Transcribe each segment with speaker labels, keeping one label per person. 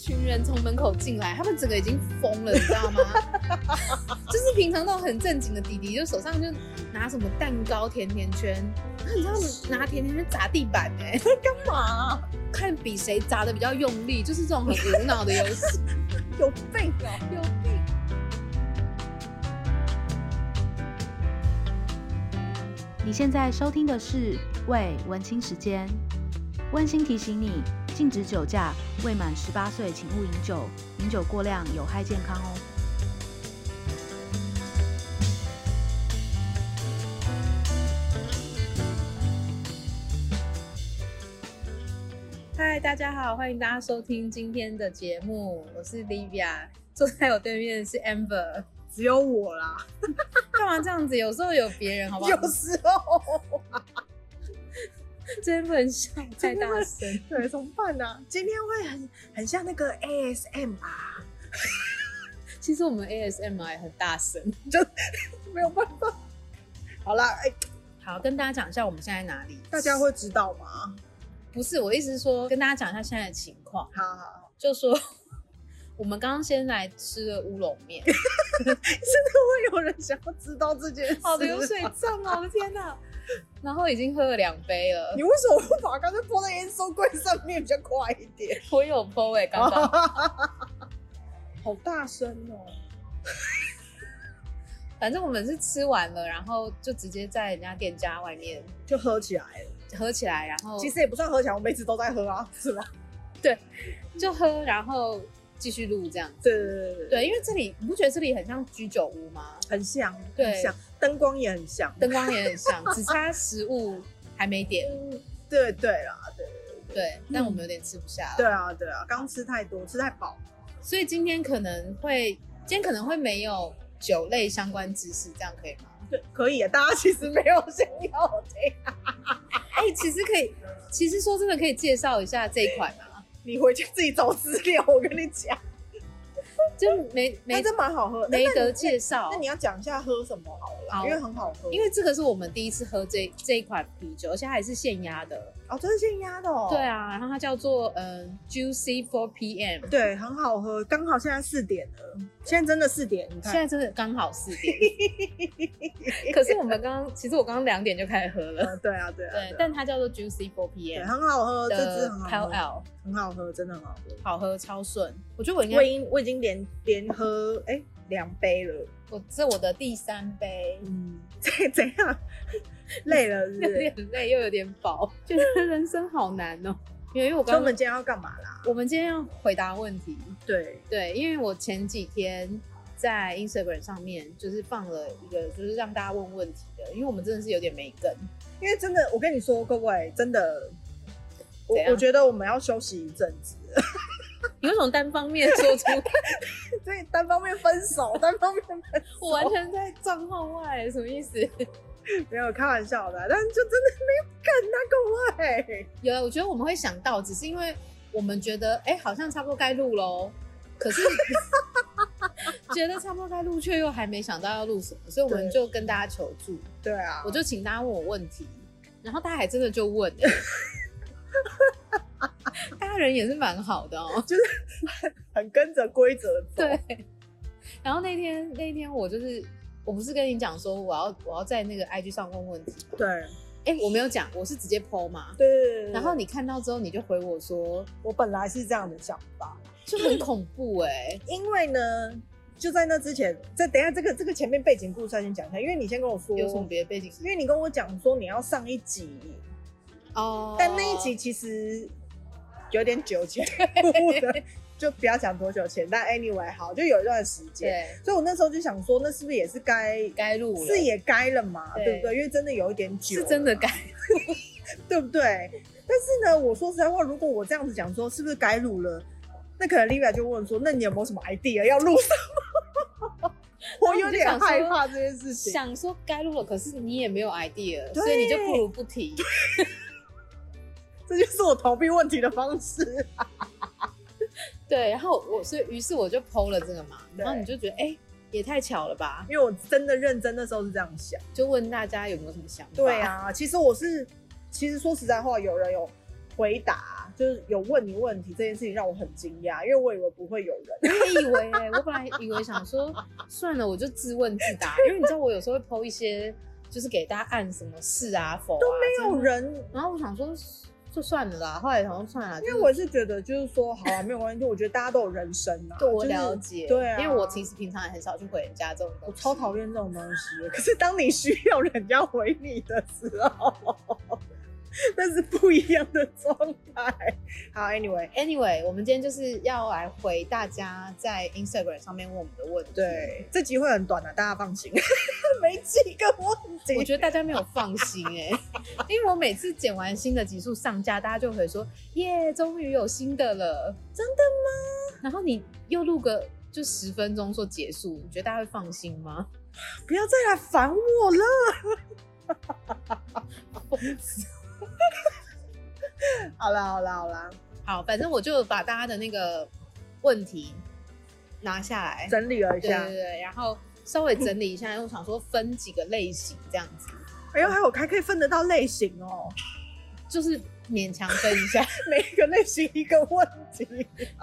Speaker 1: 群人从门口进来，他们整个已经疯了，你知 道吗？就是平常那种很正经的弟弟，就手上就拿什么蛋糕、甜甜圈，然后你知道他们拿甜甜圈砸地板哎、
Speaker 2: 干嘛？
Speaker 1: 看比谁砸的比较用力，就是这种很无脑的游戏。
Speaker 2: 有病哦！
Speaker 1: 有病！
Speaker 3: 你现在收听的是《为文青时间》，温馨提醒你，禁止酒驾，未满十八岁请勿饮酒，饮酒过量有害健康哦。
Speaker 1: 嗨，大家好，欢迎大家收听今天的节目，我是 Livia，坐在我对面的是 Amber。
Speaker 2: 只有我啦，
Speaker 1: 干嘛这样子？有时候有别人，好不好？
Speaker 2: 有时候啊
Speaker 1: 真不能笑太大声。
Speaker 2: 对，怎么办呢、今天会很很像那个 ASM 啊，
Speaker 1: 其实我们 ASMR 也很大声。
Speaker 2: 没有办法。 好啦，哎、
Speaker 1: 好，跟大家讲一下我们现在哪里。
Speaker 2: 大家会知道吗？
Speaker 1: 不是我意思是说，跟大家讲一下现在的情况，
Speaker 2: 好好好，
Speaker 1: 就说我们刚刚先来吃了乌龙 面，
Speaker 2: 真的会有人想要知道这件事？
Speaker 1: 好哦流水账啊！我的天哪！然后已经喝了两杯了
Speaker 2: 你，为什么不把刚才放在验收柜上面比较快一点？
Speaker 1: 我有 po 哎、刚刚
Speaker 2: 好大声哦！
Speaker 1: 反正我们是吃完了，然后就直接在人家店家外面
Speaker 2: 就喝起来了，
Speaker 1: 喝起来，然后
Speaker 2: 其实也不算喝起来，我们一直都在喝啊， 是吗？
Speaker 1: 就喝，然后继续录这样。
Speaker 2: 对对对对，
Speaker 1: 对，因为这里你不觉得这里很像居酒屋吗？
Speaker 2: 很像，
Speaker 1: 对
Speaker 2: 很像，灯光也很像，
Speaker 1: 灯光也很像，只差食物还没点。
Speaker 2: 嗯，对对啦，对
Speaker 1: 对，但我们有点吃不下了。
Speaker 2: 对啊对啊，刚吃太多，吃太饱，
Speaker 1: 所以今天可能会，今天可能会没有酒类相关知识，这样可以吗？
Speaker 2: 对，可以啊，大家其实没有想要听，
Speaker 1: 哎、其实可以，其实说真的可以介绍一下这一款嘛，
Speaker 2: 你回去自己找资料，我跟你讲，
Speaker 1: 就没
Speaker 2: 那
Speaker 1: 没
Speaker 2: 真蛮好喝，
Speaker 1: 没
Speaker 2: 那
Speaker 1: 得
Speaker 2: 那
Speaker 1: 介绍
Speaker 2: 那。你要讲一下喝什么好了啦，
Speaker 1: 好
Speaker 2: 因为很好喝，
Speaker 1: 因为这个是我们第一次喝这这一款啤酒，而且它还是现压的。
Speaker 2: 哦，这是现压的哦，
Speaker 1: 对啊，然后它叫做嗯 Juicy Four PM，
Speaker 2: 对，很好喝，刚好现在四点了，现在真的四点，你
Speaker 1: 现
Speaker 2: 看，
Speaker 1: 在真的刚好四 点。可是我们刚刚，其实我刚刚两点就开始喝了。
Speaker 2: 呃对啊对 啊，
Speaker 1: 对，
Speaker 2: 对啊
Speaker 1: 但它叫做 Juicy Four
Speaker 2: 对
Speaker 1: PM
Speaker 2: 很好喝，这支
Speaker 1: 的
Speaker 2: 很
Speaker 1: p a
Speaker 2: 好
Speaker 1: l
Speaker 2: 喝，
Speaker 1: L，
Speaker 2: 很好喝，真的很好喝。
Speaker 1: 好喝超顺。我觉得我应该
Speaker 2: 我已经我已经连连喝哎两、杯了，
Speaker 1: 我这我的第三杯，
Speaker 2: 嗯，怎怎样？累了是不
Speaker 1: 有
Speaker 2: 是？
Speaker 1: 点累又有点饱， 觉得人生好难哦、因为我
Speaker 2: 所以
Speaker 1: 刚
Speaker 2: 我们今天要干嘛啦？
Speaker 1: 我们今天要回答问题，
Speaker 2: 对，
Speaker 1: 对，因为我前几天在 Instagram 上面就是放了一个，就是让大家问问题的，因为我们真的是有点没 梗，
Speaker 2: 因为真的，我跟你说，各位真的，我
Speaker 1: 怎样
Speaker 2: 我觉得我们要休息一阵子，
Speaker 1: 你为什么单方面说出？
Speaker 2: 所以单方面分手，单方面分 手，
Speaker 1: 我完全在状况外，什么意思？
Speaker 2: 没有开玩笑的，但是就真的没有梗啊，各位。
Speaker 1: 有啊，我觉得我们会想到，只是因为我们觉得，哎、好像差不多该录喽。可 是觉得差不多该录，却又还没想到要录什么，所以我们
Speaker 2: 对
Speaker 1: 就跟大家求助，
Speaker 2: 对啊，
Speaker 1: 我就请大家问我问题，然后大家还真的就问、欸， 大家人也是蛮好的哦、
Speaker 2: 很跟着规则走。
Speaker 1: 对，然后那天那天我就是，我不是跟你讲说我要我要在那个 IG 上问问题吗，
Speaker 2: 对
Speaker 1: 哎、我没有讲，我是直接 PO 嘛。
Speaker 2: 对对对。
Speaker 1: 然后你看到之后，你就回我说，
Speaker 2: 我本来是这样的想法，
Speaker 1: 就很恐怖哎、
Speaker 2: 因为呢，就在那之前，在等一下这个这个前面背景故事要先讲一下，因为你先跟我说，
Speaker 1: 有什么
Speaker 2: 因
Speaker 1: 别的背景？
Speaker 2: 为你跟我讲说你要上一集，
Speaker 1: 哦
Speaker 2: 但那一集其实有点 久前，我就不要讲多久前，但 anyway 好，就有一段时间，
Speaker 1: 对
Speaker 2: 所以我那时候就想说，那是不是也是该
Speaker 1: 该录了，
Speaker 2: 是也该了嘛，
Speaker 1: 对
Speaker 2: 对不对？因为真的有一点久了，
Speaker 1: 是真的该
Speaker 2: 对不对？但是呢，我说实在话，如果我这样子讲说，是不是该录了？那可能 Livia 就问说，那你有没有什么 idea 要录什么？ 我有点害怕这件事情。
Speaker 1: 想说该录了，可是你也没有 idea，
Speaker 2: 对
Speaker 1: 所以你就不如不提。
Speaker 2: 这就是我逃避问题的方式。
Speaker 1: 对，然后我所以于是我就 PO 了这个嘛，
Speaker 2: 对
Speaker 1: 然后你就觉得哎、也太巧了吧，
Speaker 2: 因为我真的认真的时候是这样想。
Speaker 1: 就问大
Speaker 2: 啊
Speaker 1: 家有没有什么想法？
Speaker 2: 对，啊，其实我是，其实说实在话，有人有回答，就是有问你问题这件事情让我很惊讶，因为我以为不会有人。
Speaker 1: 我也以为、欸，我本来以为想说 算了，我就自问自 答，因为你知道我有时候会剖一些，就是给大家按什么是啊否啊，
Speaker 2: 没有
Speaker 1: 真的。
Speaker 2: 人，
Speaker 1: 然后我想说就算了啦，后来想说算了，
Speaker 2: 因
Speaker 1: 就
Speaker 2: 为
Speaker 1: 是
Speaker 2: 我是觉得就是说，好啊，没有关系，我觉得大家都有人生啊，
Speaker 1: 对我
Speaker 2: 就是
Speaker 1: 了解，
Speaker 2: 对啊，
Speaker 1: 因为我其实平常也很少去回人家这种
Speaker 2: 我
Speaker 1: 东西，
Speaker 2: 超讨厌这种东西，可是当你需要人家回你的时候，那是不一样的状态。好，anyway，
Speaker 1: Anyway，我们今天就是要来回大家在 Instagram 上面问我们的问题。，
Speaker 2: 对，这集会很短啊的、大家放心， 没几个问题。
Speaker 1: 我觉得大家没有放心哎、因为我每次剪完新的集数上架，大家就会说耶，终于有新的了，真的吗？然后你又录个就十分钟说结束，你觉得大家会放心吗？
Speaker 2: 不要再来烦我了。 好啦好啦好啦，
Speaker 1: 好，反正我就把大家的那个问题拿下来，
Speaker 2: 整理了一
Speaker 1: 对对
Speaker 2: 下。
Speaker 1: 对对，然后稍微整理一下，因为我想说分几个类型这样子，
Speaker 2: 哎呦，还有还可以分得到类型哦，
Speaker 1: 就是勉强分一下。
Speaker 2: 每个类型一个问题。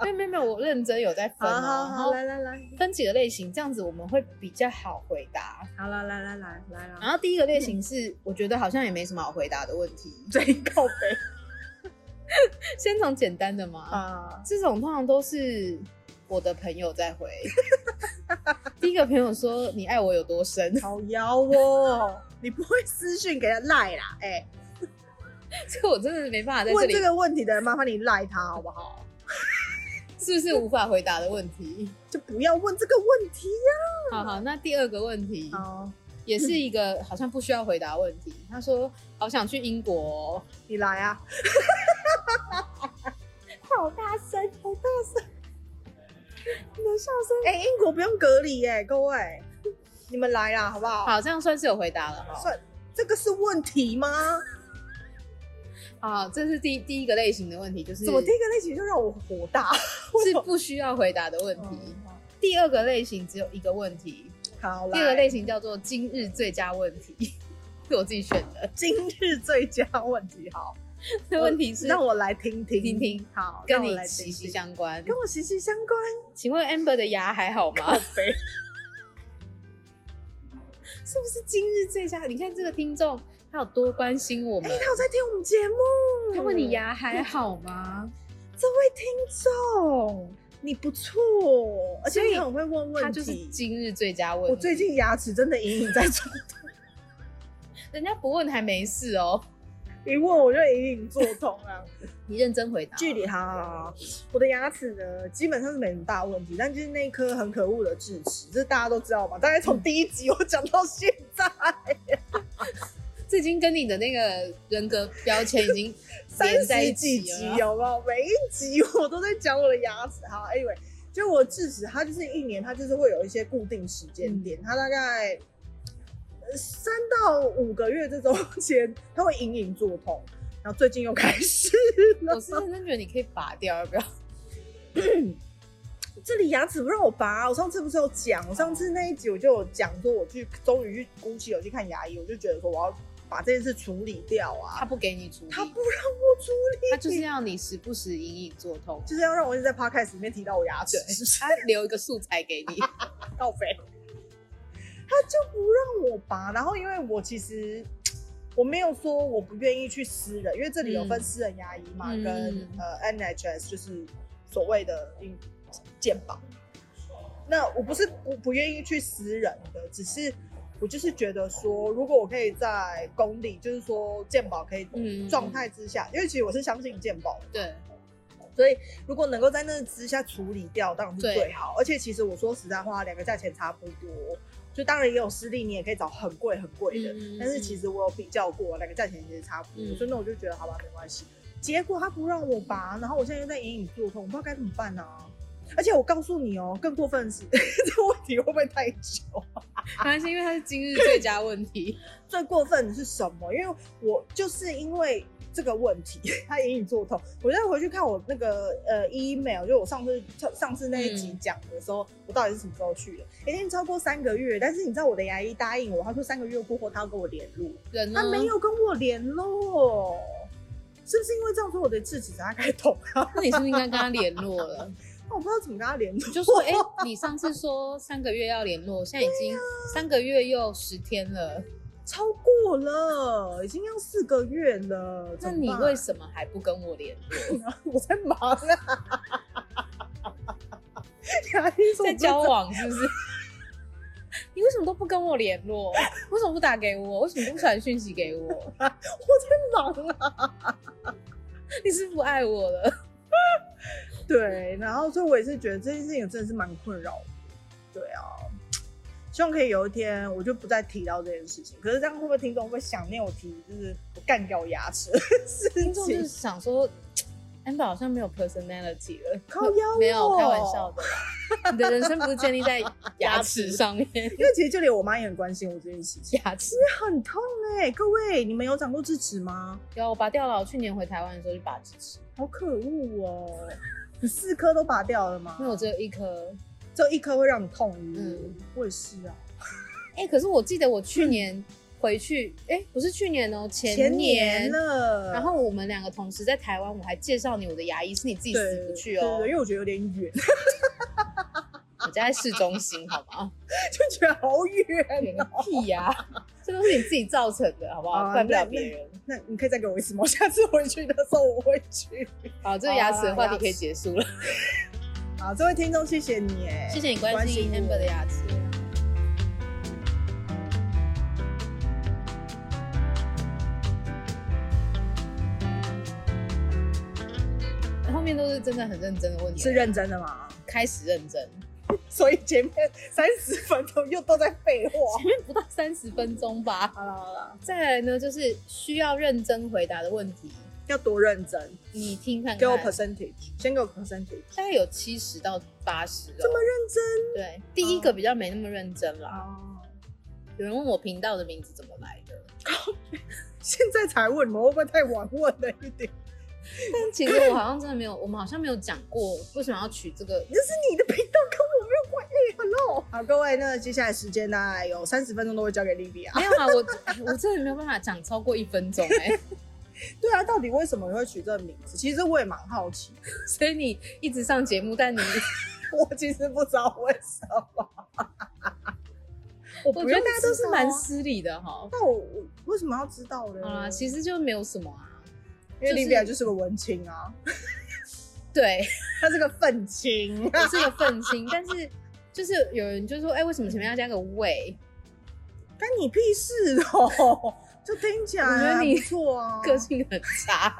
Speaker 1: 没有没有没有，我认真有在分哦，然后
Speaker 2: 来来来，
Speaker 1: 分几个类型，这样子我们会比较好回答。
Speaker 2: 好啦来来来来
Speaker 1: 然
Speaker 2: 啦，
Speaker 1: 后第一个类型是，我觉得好像也没什么好回答的问题，
Speaker 2: 最告白
Speaker 1: 先从简单的嘛。
Speaker 2: 啊，
Speaker 1: 这种通常都是我的朋友在回。第一个朋友说：“你爱我有多深
Speaker 2: 好妖哦，你不会私讯给他赖啦，哎、？”
Speaker 1: 这个我真的没办法在这
Speaker 2: 问
Speaker 1: 里，
Speaker 2: 这个问题的人，麻烦你赖他好不好？
Speaker 1: 是不是无法回答的问题？
Speaker 2: 就不要问这个问题呀、
Speaker 1: 好好，那第二个问题
Speaker 2: 好，
Speaker 1: 也是一个好像不需要回答的问题。他说：“好想去英国、哦。”
Speaker 2: 你来啊， 好大声，好大声，你的笑声。哎、英国不用隔离哎、各位，你们来啦，好不好？
Speaker 1: 好，这样算是有回答了哈。
Speaker 2: 算这个是问题吗？
Speaker 1: 啊，这是第第一个类型的问题，就是
Speaker 2: 怎么第一个类型就让我火大？
Speaker 1: 是不需要回答的问题。第二个类型只有一个问题，
Speaker 2: 哦好啦，
Speaker 1: 第二个类型叫做今日最佳问题， 是我自己选 的。
Speaker 2: 呃今日最佳问题，好，
Speaker 1: 这问题是
Speaker 2: 让我来听听
Speaker 1: 听听
Speaker 2: 好，
Speaker 1: 跟
Speaker 2: 让我
Speaker 1: 你
Speaker 2: 来听
Speaker 1: 息息
Speaker 2: 听
Speaker 1: 相关。
Speaker 2: 跟我息息相关。
Speaker 1: 请问 Amber 的牙还好吗？
Speaker 2: 北
Speaker 1: 是不是今日最佳？你看这个听众他有多关心我
Speaker 2: 哎、
Speaker 1: 们，
Speaker 2: 他有在听我们节目，
Speaker 1: 他问你，牙还好吗？
Speaker 2: 这位听众，你不错，而且
Speaker 1: 所以
Speaker 2: 你很会问
Speaker 1: 他
Speaker 2: 问
Speaker 1: 就是
Speaker 2: 题。
Speaker 1: 今日最佳问题。
Speaker 2: 我最近牙齿真的隐隐在 作，
Speaker 1: 人家不问还没事哦，
Speaker 2: 一问我就隐隐作痛 啊。
Speaker 1: 你认真回答。
Speaker 2: 距离好好好，我的牙齿呢，基本上是没什么大问题，但就是那一颗很可恶的智齿，这大家都知道嘛，大概
Speaker 1: 嗯
Speaker 2: 从第一集我讲到现在，
Speaker 1: 这已经跟你的那个人格标签已经
Speaker 2: 三
Speaker 1: 连在一
Speaker 2: 十
Speaker 1: 起
Speaker 2: 几
Speaker 1: 了
Speaker 2: 集。有没有？ 每一集我都在讲我的牙齿。好，Anyway，就我智齿，它就是一年，它就是会有一些固定时
Speaker 1: 嗯
Speaker 2: 间点，它大概呃三到五个月这中间，它会隐隐作痛，然后最近又开始 了
Speaker 1: 我。是认真觉得你可以拔掉，要不要？
Speaker 2: 这里牙齿不让我拔、我上次不是有讲，我上次那一集我就有讲说，我去终于去鼓起勇气看牙医，我就觉得说我要把这件事处理掉
Speaker 1: 他
Speaker 2: 啊。
Speaker 1: 不给你处理，
Speaker 2: 他不让我处理，
Speaker 1: 他就是要你时不时隐隐作痛，
Speaker 2: 就是要让我一直在 podcast 里面提到我牙齿，
Speaker 1: 对
Speaker 2: 是不是？
Speaker 1: 他留一个素材给你。
Speaker 2: 告肥， 他就不让我拔。然后因为我其实我没有说我不愿意去私人，因为这里有分
Speaker 1: 嗯
Speaker 2: 私人牙医嘛，
Speaker 1: 嗯
Speaker 2: 跟呃 NHS 就是所谓的嗯健保。那我不是不不愿意去私人的，只是我就是觉得说，如果我可以在公立，就是说健保可以
Speaker 1: 嗯
Speaker 2: 状态之下，因为其实我是相信健保的。
Speaker 1: 对，
Speaker 2: 所以如果能够在那之下处理掉，当然是
Speaker 1: 对
Speaker 2: 最好。而且其实我说实在话，两个价钱差不多，就当然也有私立，你也可以找很贵很贵的，
Speaker 1: 嗯
Speaker 2: 但是其实我有比较过，两个价钱其实差不多，
Speaker 1: 嗯
Speaker 2: 所以那我就觉得好吧，没关系。结果他不让我拔，然后我现在又在隐隐作痛，我不知道该怎么办呢、啊而且我告诉你哦，更过分的是， 这问题会不会太久？
Speaker 1: 还是因为他是今日最佳问 题。
Speaker 2: 最过分的是什么？因为我就是因为这个问题， 他隐隐作痛。我再回去看我那个呃 email，就我上次上次那一集
Speaker 1: 嗯
Speaker 2: 讲的时候，我到底是什么时候去的？已经超过三个月，但是你知道我的牙医答
Speaker 1: 嗯啊哦
Speaker 2: 应我，他说三个月过后他要跟我联络，
Speaker 1: 人呢？
Speaker 2: 他没有跟我联络。是不是因为这样说我的智齿才开始痛 啊？
Speaker 1: 那你是不是应该跟他联络了？
Speaker 2: 我不知道怎么跟他联络。
Speaker 1: 你就 说，哎、你上次说三个月要联络，现在已经三个月又十天了，
Speaker 2: 超过了，已经要四个月了。
Speaker 1: 那
Speaker 2: 怎么
Speaker 1: 你
Speaker 2: 办
Speaker 1: 为什么还不跟我联络？
Speaker 2: 我在忙啊。你还说我
Speaker 1: 在
Speaker 2: 不
Speaker 1: 交往是不是？ 你为什么都不跟我联络？为什么不打给我？为什么不传讯息给 我？
Speaker 2: 忙啊？
Speaker 1: 你是不是不爱我了？
Speaker 2: 对，然后所以我也是觉得这件事情真的是蛮困扰我的。对啊，希望可以有一天我就不再提到这件事情。可是这样会不会听众会想念我提就是我干掉牙齿的 事
Speaker 1: 听众就是
Speaker 2: 情？
Speaker 1: 想说，amber 好像没有 personality 了，
Speaker 2: 靠腰哦
Speaker 1: 没有开玩笑的 啦，你的人生不是建立在牙齿上面，
Speaker 2: 因为其实就连我妈也很关心我这件事情，
Speaker 1: 牙齿
Speaker 2: 很痛哎、各位，你们有长过智齿吗？
Speaker 1: 要我拔掉了。我去年回台湾的时候就拔智齿，
Speaker 2: 好可恶哦！你四颗都拔掉了吗？
Speaker 1: 因为我只有一颗。
Speaker 2: 只有一颗会让你痛。嗯
Speaker 1: 嗯，
Speaker 2: 我也是啊。
Speaker 1: 哎、可是我记得我去年回去，哎、不是去年哦、前啊
Speaker 2: 前年了，
Speaker 1: 然后我们两个同时在台湾，我还介绍你我的牙医，是你自己
Speaker 2: 对
Speaker 1: 死不去
Speaker 2: 对对
Speaker 1: 哦
Speaker 2: 对，。因为我觉得有点远，
Speaker 1: 我家在市中心，好 吗？
Speaker 2: 就觉得好远。
Speaker 1: 远个屁呀、 这都是你自己造成的，好不
Speaker 2: 啊
Speaker 1: 好？怪不
Speaker 2: 那
Speaker 1: 了别人。
Speaker 2: 那你可以再给我一次吗？我下次回去的时候我会去。
Speaker 1: 好，这个牙齿的话
Speaker 2: 啊牙
Speaker 1: 题
Speaker 2: 齿
Speaker 1: 可以结束了。
Speaker 2: 好，这位听众，谢谢你哎，
Speaker 1: 谢谢你关心
Speaker 2: 我
Speaker 1: Amber 的牙齿。后面都是真的很认真的问题，啊
Speaker 2: 是认真的吗？
Speaker 1: 开始认 真，
Speaker 2: 所以前面三十分钟又都在 废话
Speaker 1: 前。面不到三十分钟吧。
Speaker 2: 好了好了，
Speaker 1: 再来呢，就是需要认真回答的问题，
Speaker 2: 要多认真，
Speaker 1: 你听看看，
Speaker 2: 给我 percentage，先给我 percentage。
Speaker 1: 大概有七十到八十、哦，
Speaker 2: 这么认真
Speaker 1: 对，第一个比较没那么认真啦。
Speaker 2: 哦，
Speaker 1: 有人问我频道的名字怎么来的，
Speaker 2: 现在才问，你们会不会太晚问了一点？
Speaker 1: 但其实我好像真的没有，我们好像没有讲过为什么要取这个。
Speaker 2: 这是你的频道，跟我没有关系。Hello，好，各位，那接下来时间大概有三十分钟都会交给莉莉啊。
Speaker 1: 没有啊，我哎我 真的没有办法讲超过一分钟哎、
Speaker 2: 对啊，到底为什么你会取这个名字？其实我也蛮好奇，
Speaker 1: 所以你一直上节目，但你
Speaker 2: 我其实不知道为什么。我
Speaker 1: 我
Speaker 2: 不
Speaker 1: 觉得
Speaker 2: 用
Speaker 1: 大家都是蛮
Speaker 2: 知道啊
Speaker 1: 失礼的哈。
Speaker 2: 那我我为什么要知道呢？
Speaker 1: 好啦，其实就没有什么啊，
Speaker 2: 因为
Speaker 1: 就是
Speaker 2: 莉莉亚就是个文青啊，
Speaker 1: 对，
Speaker 2: 她是个愤青。
Speaker 1: 我是个愤青，但是就是有人就说，哎、为什么前面要加个喂？
Speaker 2: 干你屁事哦！ 就听起来
Speaker 1: 我觉得
Speaker 2: 还
Speaker 1: 你
Speaker 2: 不 错啊，
Speaker 1: 个性很差。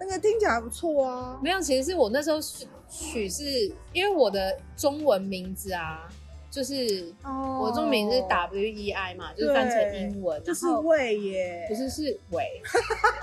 Speaker 2: 那个听起来还不错啊。
Speaker 1: 没有，其实是我那时候取取是因为我的中文名字啊，就是
Speaker 2: 哦
Speaker 1: 我的中文名字是 W E I 嘛，就是翻成英文，
Speaker 2: 就是
Speaker 1: 然后
Speaker 2: 胃耶，
Speaker 1: 不是是伟，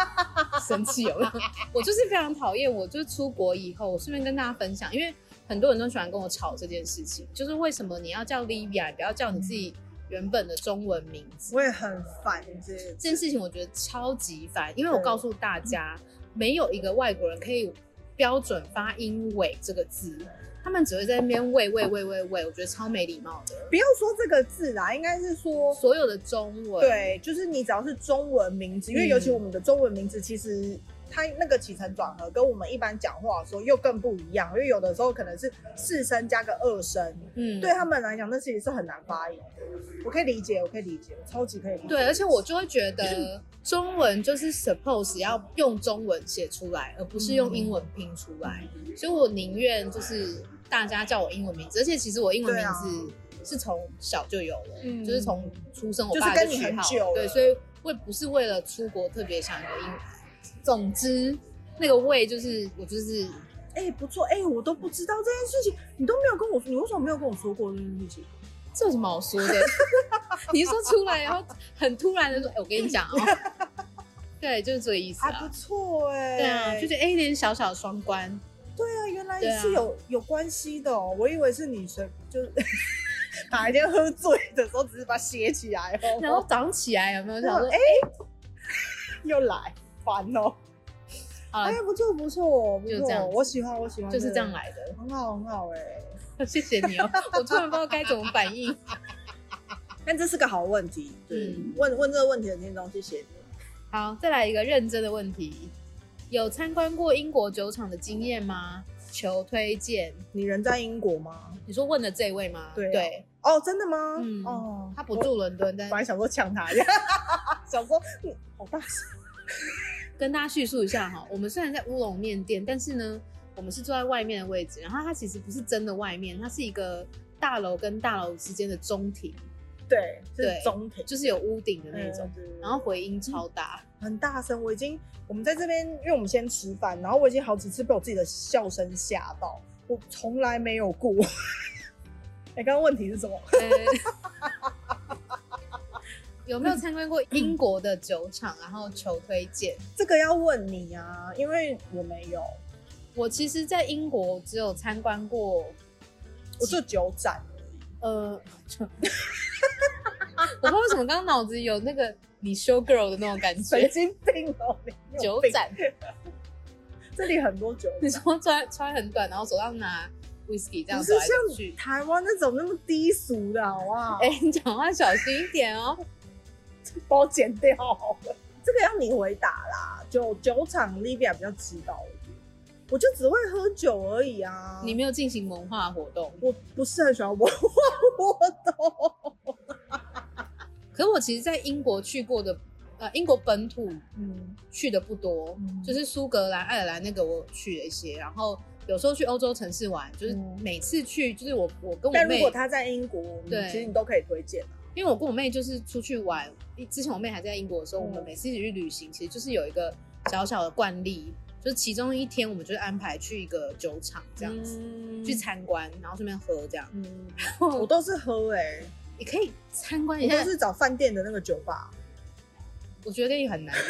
Speaker 1: 生气有没 有？我就是非常讨厌，我就是出国以后，我顺便跟大家分享，因为很多人都喜欢跟我吵这件事情，就是为什么你要叫 Livia，你不要叫你自己原本的中文名字？
Speaker 2: 我也很烦这
Speaker 1: 这件事情我觉得超级烦，因为我告诉大家，没有一个外国人可以标准发音“伟”这个字，他们只会在那边“喂喂喂喂喂”，我觉得超没礼貌的。
Speaker 2: 不要说这个字啦，应该是说
Speaker 1: 所有的中文，，
Speaker 2: 对，就是你只要是中文名字，因
Speaker 1: 嗯
Speaker 2: 为尤其我们的中文名字其实。它那个起承转合跟我们一般讲话的时候又更不一样，因为有的时候可能是四声加个二声，
Speaker 1: 嗯，
Speaker 2: 对他们来讲，那其实是很难发音的。我可以理解，我可以理解，我超级可以理解。
Speaker 1: 对，而且我就会觉得中文就是 suppose 要用中文写出来，而不是
Speaker 2: 嗯
Speaker 1: 用英文拼出来，所以我宁愿就是大家叫我英文名字，而且其实我英文名字是从小就有了，
Speaker 2: 嗯
Speaker 1: 就是从出生我
Speaker 2: 就是
Speaker 1: 爸
Speaker 2: 跟你
Speaker 1: 取
Speaker 2: 很
Speaker 1: 好
Speaker 2: 久
Speaker 1: 了，对，
Speaker 2: 了
Speaker 1: 所以我也不是为了出国特别想一个英文。总之，那个为就是我就是
Speaker 2: 哎、不错，哎、我都不知道这件事情，你都没有跟我，你为什么没有跟我说过这件事情？
Speaker 1: 这有什么好说 的？你说出来，然后很突然的说，哎、我跟你讲哦，对，就是这个意思
Speaker 2: 还
Speaker 1: 啊
Speaker 2: 不。错哎、
Speaker 1: 对啊，就觉得哎，有点小小的双关，
Speaker 2: 对啊，原来
Speaker 1: 对啊
Speaker 2: 是有、有关系的哦，我以为是你随就是 哪一天喝醉的时候，只是把它写起来哦，
Speaker 1: 然后早上起来有没有
Speaker 2: 然
Speaker 1: 想
Speaker 2: 后
Speaker 1: 说，
Speaker 2: 哎、 又来，烦哦。
Speaker 1: 好
Speaker 2: 哎、
Speaker 1: 了，
Speaker 2: 不错不错，不
Speaker 1: 就
Speaker 2: 错
Speaker 1: 这样，子
Speaker 2: 我喜欢我喜欢，
Speaker 1: 啊就是这样，来的。
Speaker 2: 很好很好 哎、
Speaker 1: 谢谢你 哦，我突然不知道该怎么反应。
Speaker 2: 但这是个好问题，对，
Speaker 1: 嗯
Speaker 2: 问问这个问题的听众，谢谢你。
Speaker 1: 好，再来一个认真的问题，有参观过英国酒厂的经验吗？求推荐。
Speaker 2: 你人在英国吗？
Speaker 1: 你说问的这位吗？
Speaker 2: 对啊哦，真的吗？
Speaker 1: 啊嗯
Speaker 2: 哦，
Speaker 1: 他不住伦敦，但
Speaker 2: 我本来想说抢他一下， 想说嗯，好大声，
Speaker 1: 跟大家叙述一下哈，我们虽然在乌龙面店，但是呢，我们是坐在外面的位置，然后它其实不是真的外面，它是一个大楼跟大楼之间的中庭，
Speaker 2: 对，
Speaker 1: 对
Speaker 2: 是中庭
Speaker 1: 就是有屋顶的
Speaker 2: 那
Speaker 1: 那种
Speaker 2: 种，，
Speaker 1: 然后回音超大，
Speaker 2: 很大声，我已经我们在这边，因为我们先吃饭，然后我已经好几次被我自己的笑声吓到，我从来没有过。 哎、刚刚问题是什么？
Speaker 1: 呃有没有参观过英国的酒厂？然后求推荐。
Speaker 2: 这个要问你啊，因为我没有，
Speaker 1: 我其实，在英国只有参观过，
Speaker 2: 我就酒展而已。
Speaker 1: 呃，就我不知道为什么刚刚脑子有那个你 show girl 的那种感
Speaker 2: 神
Speaker 1: 觉。
Speaker 2: 经病哦、你你有
Speaker 1: 酒
Speaker 2: 病，
Speaker 1: 展，
Speaker 2: 这里很多酒
Speaker 1: 你
Speaker 2: 展，
Speaker 1: 说穿穿很短，然后手上拿 whisky 这样
Speaker 2: 不
Speaker 1: 走来
Speaker 2: 是
Speaker 1: 走
Speaker 2: 像
Speaker 1: 去。
Speaker 2: 台湾那种那么低俗的好不好？
Speaker 1: 哎、你讲话小心一点哦。
Speaker 2: 帮我剪掉好了。这个要你回答啦，酒酒厂 Livia 比较知道一点，我就只会喝酒而已啊。
Speaker 1: 你没有进行文化活动，
Speaker 2: 我不是很喜欢文化活动，
Speaker 1: 可是我其实，在英国去过的，呃，英国本土
Speaker 2: 嗯，
Speaker 1: 去的不多，
Speaker 2: 嗯
Speaker 1: 就是苏格兰、爱尔兰那个我有去了一些，然后有时候去欧洲城市玩，就是
Speaker 2: 嗯
Speaker 1: 每次去就是我我跟
Speaker 2: 但
Speaker 1: 我
Speaker 2: 如
Speaker 1: 妹
Speaker 2: 果，他在英国，你
Speaker 1: 对
Speaker 2: 其实你都可以推荐啊。
Speaker 1: 因为我跟我妹就是出去玩，之前我妹还在英国的时候，我
Speaker 2: 嗯
Speaker 1: 们每次一起去旅行，其实就是有一个小小的惯例，就是其中一天我们就是安排去一个酒厂这样子、
Speaker 2: 嗯
Speaker 1: 去参观，然后顺便喝这样，
Speaker 2: 嗯，我都是喝哎、
Speaker 1: 也可以参观一
Speaker 2: 我
Speaker 1: 下
Speaker 2: 都。是找饭店的那个酒吧。
Speaker 1: 我觉得你很难聊。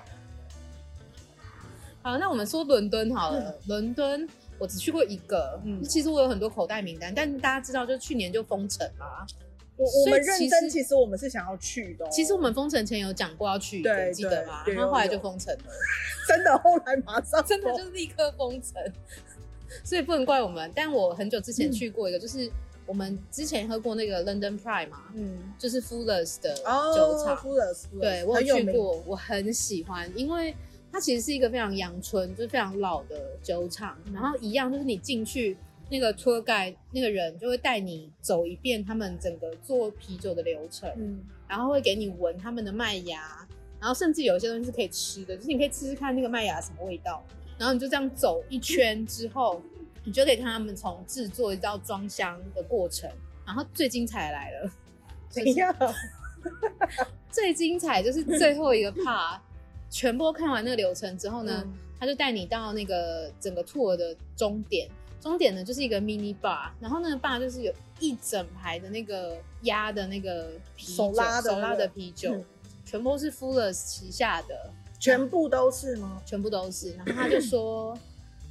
Speaker 1: 好，那我们说伦敦好了。伦敦我只去过一个，
Speaker 2: 嗯
Speaker 1: 其实我有很多口袋名单，但大家知道，就去年就封城啦。
Speaker 2: 我
Speaker 1: 所以
Speaker 2: 我们认
Speaker 1: 其
Speaker 2: 真，
Speaker 1: 实
Speaker 2: 其实我们是想要去的哦、
Speaker 1: 其实我们封城前有讲过要去一个，
Speaker 2: 对
Speaker 1: 记得吗？
Speaker 2: 对
Speaker 1: 然
Speaker 2: 有
Speaker 1: 后后来就
Speaker 2: 有
Speaker 1: 封城了，
Speaker 2: 真的后来马上哦
Speaker 1: 真的就是立刻封城，所以不能怪我们。但我很久之前去过一个，就是我们之前喝过那个 London Pride 嘛，
Speaker 2: 嗯，
Speaker 1: 就是 Fuller's 的
Speaker 2: 哦，
Speaker 1: 酒厂，
Speaker 2: 敷了敷了，
Speaker 1: 对我
Speaker 2: 很有
Speaker 1: 有去
Speaker 2: 名。
Speaker 1: 过，我很喜欢，因为它其实是一个非常阳春，就是非常老的酒厂。
Speaker 2: 嗯
Speaker 1: 然后一样就是你进去，那个 tour guide 那个人就会带你走一遍他们整个做啤酒的流程，
Speaker 2: 嗯，
Speaker 1: 然后会给你闻他们的麦芽，然后甚至有一些东西是可以吃的，就是你可以吃吃看那个麦芽什么味道。然后你就这样走一圈之后，你就可以看他们从制作到装箱的过程。然后最精彩来了，
Speaker 2: 怎样？
Speaker 1: 最精彩就是最后一个 part，全 部都看完那个流程之后呢，
Speaker 2: 嗯
Speaker 1: 他就带你到那个整个 tour 的终点。终点呢就是一个 mini bar，然后那个 bar 就是有一整排的那个压的那个啤酒，
Speaker 2: 手拉的
Speaker 1: 手拉
Speaker 2: 那个
Speaker 1: 的啤酒，
Speaker 2: 嗯
Speaker 1: 全部都是 Fuller 旗下的，
Speaker 2: 全部都是吗？
Speaker 1: 全部都是。然后他就说，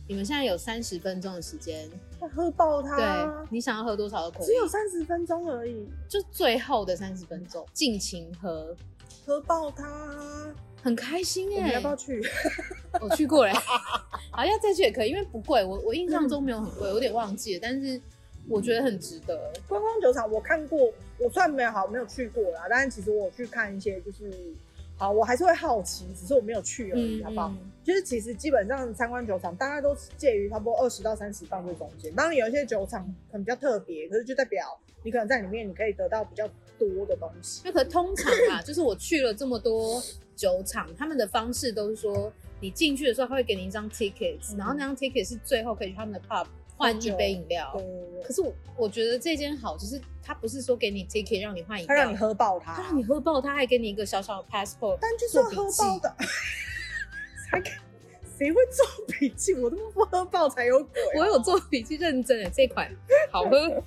Speaker 1: 你们现在有三十分钟的时间，
Speaker 2: 那喝爆它，
Speaker 1: 对你想要喝多少都可以，
Speaker 2: 只有三十分钟而已，
Speaker 1: 就最后的三十分钟尽情喝，
Speaker 2: 喝爆它。
Speaker 1: 很开心
Speaker 2: 我
Speaker 1: 哎、
Speaker 2: 们要不要去？
Speaker 1: 我去过嘞，好要再去也可以，因为不贵，我我印象中没有很贵，我有点忘记了，但是我觉得很值得。
Speaker 2: 观光酒厂我看过，我虽然没有好没有去过啦，但是其实我有去看一些，就是好，我还是会好奇，只是我没有去而
Speaker 1: 嗯
Speaker 2: 已，好不好？就是其实基本上参观酒厂，大家都介于差不多二十到三十磅这中间。当然有一些酒厂可能比较特别，可是就代表你可能在里面你可以得到比较多的东西。
Speaker 1: 那可通常啊，就是我去了这么多酒厂，他们的方式都是说，你进去的时候他会给你一张 tickets，、
Speaker 2: 嗯
Speaker 1: 然后那张 ticket 是最后可以去他们的 pub 换一杯饮料。
Speaker 2: 对对对
Speaker 1: 可是我我觉得这间好，就是他不是说给你 ticket 让你换饮
Speaker 2: 他
Speaker 1: 料，
Speaker 2: 让你，喝啊爆它，
Speaker 1: 他让你喝爆，他还给你一个小小的 passport，
Speaker 2: 但就是要喝爆的， 才敢谁会做笔记？我都不喝爆才有鬼、
Speaker 1: 我有，做笔记认真的这款好喝。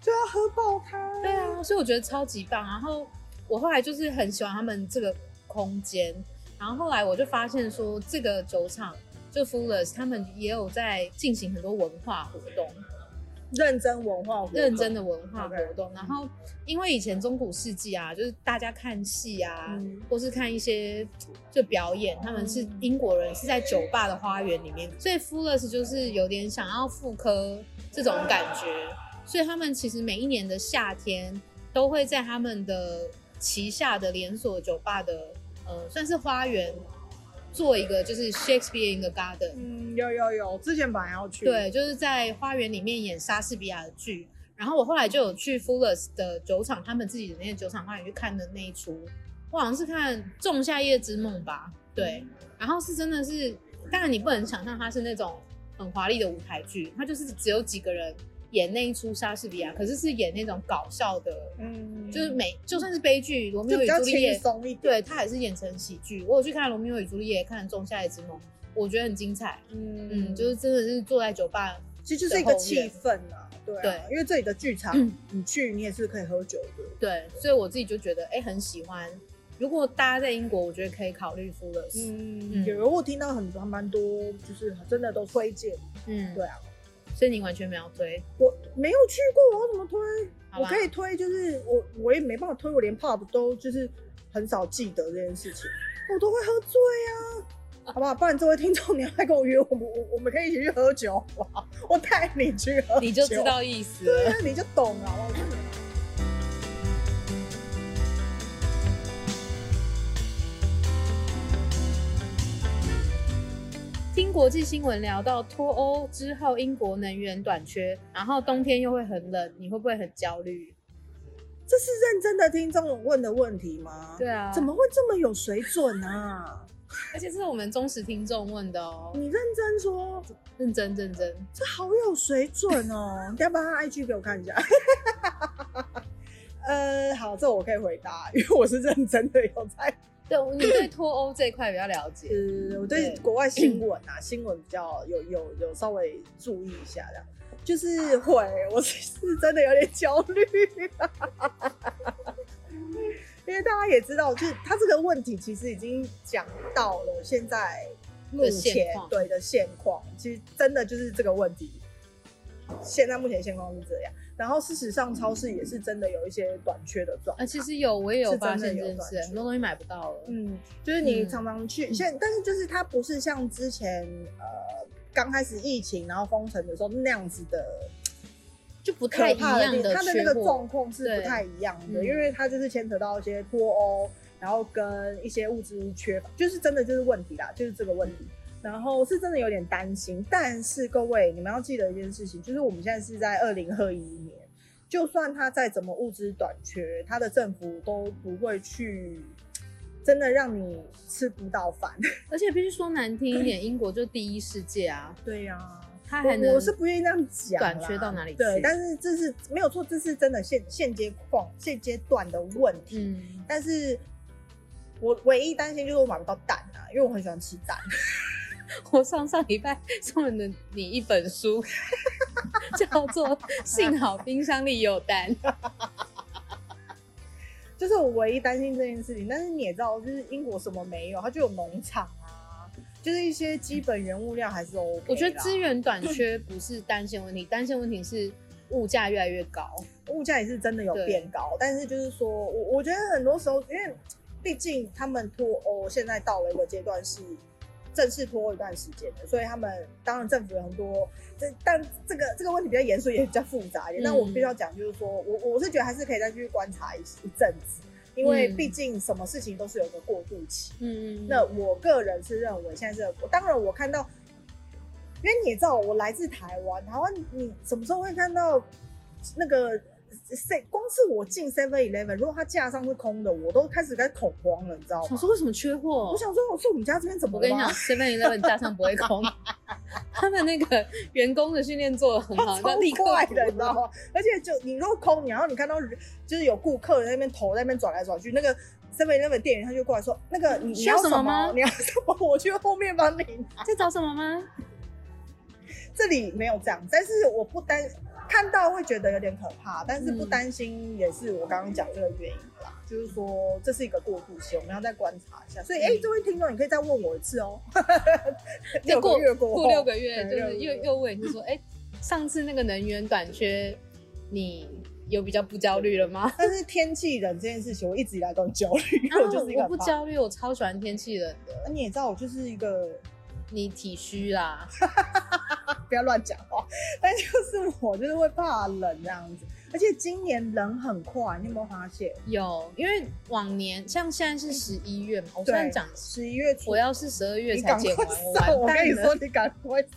Speaker 2: 就要喝爆它。
Speaker 1: 对啊，所以我觉得超级棒。然后我后来就是很喜欢他们这个空间，然后后来我就发现说，这个酒厂就 Fullers 他们也有在进行很多文化活动，
Speaker 2: 认真文化活动，
Speaker 1: 认真的文化活
Speaker 2: OK
Speaker 1: 动。然后因为以前中古世纪啊，就是大家看戏啊。
Speaker 2: 嗯
Speaker 1: 或是看一些就表演，他们是
Speaker 2: 嗯
Speaker 1: 英国人，是在酒吧的花园里面，所以 Fullers 就是有点想要复刻这种感觉，所以他们其实每一年的夏天都会在他们的旗下的连锁酒吧的呃算是花园做一个就是 Shakespeare in the Garden，
Speaker 2: 嗯，有有有，之前本来要去，，
Speaker 1: 对，就是在花园里面演莎士比亚的剧。然后我后来就有
Speaker 2: 嗯
Speaker 1: 去 Fullers 的酒厂，他们自己的那个酒厂花园去看的那一出，我好像是看《仲夏夜之梦》吧，对。
Speaker 2: 嗯
Speaker 1: 然后是真的是，当然你不能想象它是那种很华丽的舞台剧，它就是只有几个人演那一出莎士比亚，可是是演那种搞笑的，
Speaker 2: 嗯，
Speaker 1: 就是每就算是悲剧《罗密
Speaker 2: 就
Speaker 1: 欧
Speaker 2: 比
Speaker 1: 与
Speaker 2: 较
Speaker 1: 朱丽叶
Speaker 2: 轻》，松一点，
Speaker 1: 对，它也是演成喜剧。我有去看《罗密欧与朱丽叶》，看《仲夏夜之梦》，我觉得很精彩。
Speaker 2: 嗯
Speaker 1: 嗯，就是真的是坐在酒吧，
Speaker 2: 其实就是一个气氛啊，对啊
Speaker 1: 对
Speaker 2: 因为这里的 剧场
Speaker 1: 嗯，
Speaker 2: 你去你也是可以喝酒的，
Speaker 1: 对，所以我自己就觉得哎、很喜欢。如果大家在英国，我觉得可以考虑 Fullers。
Speaker 2: 嗯，
Speaker 1: 嗯
Speaker 2: 有我听到很还蛮多，就是真的都推荐，
Speaker 1: 嗯，
Speaker 2: 对啊，
Speaker 1: 所以你完全没有推，
Speaker 2: 我没有去过，我要怎么推？
Speaker 1: 好
Speaker 2: 我
Speaker 1: 吧
Speaker 2: 可？以推，就是我我也没办法推，我连 pub 都就是很少记得这件事情，我都会喝醉啊，好不好？不然这位听众，你要来跟我约，我们我我们可以一起去喝酒，好不好？我带你去喝酒，
Speaker 1: 你就知，道意思
Speaker 2: 对
Speaker 1: 了。
Speaker 2: 啊，你就懂了，我真的
Speaker 1: 听国际新闻聊到脱欧之后，英国能源短缺，然后冬天又会很冷，你会不会很焦虑？
Speaker 2: 这是认真的听众问的问题吗？
Speaker 1: 对啊，
Speaker 2: 怎么？会这么有水准啊？
Speaker 1: 而且这是我们忠实听众问的哦，
Speaker 2: 你认真说，
Speaker 1: 认真认真。
Speaker 2: 这好有水准哦！你等一下把他 IG 给我看一下。 呃，好，这我可以回答，因为我是认真的有在。
Speaker 1: 对，你对脱欧这一块比较了解。
Speaker 2: 呃，我对
Speaker 1: 对
Speaker 2: 国外新闻啊， 新闻比较有有有稍微注意一下的，就是会，我是是真的有点焦虑、啊 因为大家也知道，就是他这个问题其实已经讲到了现在目前
Speaker 1: 现况
Speaker 2: 对的现况，其实真的就是这个问题。现在目前现况是这样，然后事实上超市也是真的有一些短缺的状态
Speaker 1: 啊，。其实有，我也有
Speaker 2: 是真
Speaker 1: 发
Speaker 2: 的
Speaker 1: 现
Speaker 2: 有
Speaker 1: 这件
Speaker 2: 短
Speaker 1: 事，
Speaker 2: 缺
Speaker 1: 很多东西买不到了。
Speaker 2: 嗯，就是你
Speaker 1: 嗯
Speaker 2: 常常去，
Speaker 1: 嗯
Speaker 2: 现、但是就是它不是像之前呃刚开始疫情然后封城的时候那样子的
Speaker 1: 就不太一
Speaker 2: 可怕
Speaker 1: 样
Speaker 2: 地
Speaker 1: 的
Speaker 2: 它的
Speaker 1: 缺
Speaker 2: 那个
Speaker 1: 货
Speaker 2: 状况是
Speaker 1: 对
Speaker 2: 不太一样的，
Speaker 1: 嗯
Speaker 2: 因为它就是牵扯到一些脱欧，然后跟一些物资缺乏，就是真的就是问题啦，就是这个问题。然后是真的有点担心，但是各位你们要记得一件事情，就是我们现在是在二零二一年，就算它再怎么物资短缺，它的政府都不会去真的让你吃不到饭。
Speaker 1: 而且必须说难听一点，英国就第一世界啊，
Speaker 2: 对呀、
Speaker 1: 它还能
Speaker 2: 我我是不愿意那样讲啦，
Speaker 1: 短缺到哪里去？
Speaker 2: 对，但是这是没有错，这是真的现现阶况现阶段的问题。
Speaker 1: 嗯，
Speaker 2: 但是我唯一担心就是我买不到蛋啊，因为我很喜欢吃蛋。
Speaker 1: 我上上礼拜送了你一本书， 叫做《幸好冰箱里有 蛋》。
Speaker 2: 就是我唯一担心这件事情。但是你也知道，就是英国什么没有，它就有农场啊，就是一些基本原物料还是 OK 啦。
Speaker 1: 我觉得资源短缺不是单线问题，单线问题是物价越来越高。
Speaker 2: 物价也是真的有
Speaker 1: 对
Speaker 2: 变高，但是就是说我我觉得很多时候，因为毕竟他们脱欧现在到了一个阶段是正式脱欧一段时间的，所以他们当然政府有很多这但这个这个问题比较严肃，也比较复杂一点。
Speaker 1: 嗯
Speaker 2: 但我必须要讲，就是说我我是觉得还是可以再去观察一一阵子，因为
Speaker 1: 嗯
Speaker 2: 毕竟什么事情都是有一个过渡期。
Speaker 1: 嗯，
Speaker 2: 那我个人是认为现在是，当然我看到，因为你也知道我来自台湾，台湾你什么时候会看到那个 C 光是我进 Seven Eleven，如果它架上是空的，我都开始该恐慌了，你知道
Speaker 1: 想
Speaker 2: 吗？
Speaker 1: 说为什么缺货
Speaker 2: 我？想说，我说我们家这边怎么
Speaker 1: 我
Speaker 2: 了
Speaker 1: 跟你
Speaker 2: 吗
Speaker 1: 讲？，Seven Eleven 架上不会 空，他们那个员工的训练做的很好，
Speaker 2: 超
Speaker 1: 那立刻
Speaker 2: 快
Speaker 1: 补
Speaker 2: 的，你知道吗？而且就你如果空，然后你看到人就是有顾客在那边头在那边转来转去，那个 Seven Eleven 店员他就过来说：“那个你你
Speaker 1: 需要
Speaker 2: 什
Speaker 1: 什么吗
Speaker 2: 你要什么？我去后面帮你拿。”
Speaker 1: 在找什么吗？
Speaker 2: 这里没有这样，但是我不担看到会觉得有点可怕，但是不担心也是我刚刚讲这个原因啦，就是说这是一个过渡期，我们要再观察一下。所以，哎、
Speaker 1: 嗯
Speaker 2: 这位听众，你可以再问我一 次哦。
Speaker 1: 就
Speaker 2: 六
Speaker 1: 过
Speaker 2: 个月过
Speaker 1: 过
Speaker 2: 后
Speaker 1: 六个月，就
Speaker 2: 对
Speaker 1: 是又
Speaker 2: 六个月
Speaker 1: 又问你说，哎、上次那个能源短缺，你有比较不焦虑了吗？
Speaker 2: 但是天气冷这件事情，我一直以来都很焦虑，因为我 就是一个
Speaker 1: 啊我
Speaker 2: 很
Speaker 1: 不
Speaker 2: 怕。
Speaker 1: 焦虑，我超喜欢天气冷的。
Speaker 2: 你也知道，我就是一个
Speaker 1: 你体虚啊 啦，
Speaker 2: 不要乱讲话，但就是我就是会怕冷这样子。而且今年人很快，你有没有发现？
Speaker 1: 有，因为往年像现在是十一月嘛，我
Speaker 2: 对
Speaker 1: 现在讲，
Speaker 2: 十一月初，
Speaker 1: 我要是十二月
Speaker 2: 你
Speaker 1: 才
Speaker 2: 赶
Speaker 1: 剪
Speaker 2: 快
Speaker 1: 完，
Speaker 2: 上！我
Speaker 1: 完
Speaker 2: 跟你
Speaker 1: 蛋了
Speaker 2: 说，。你赶快上！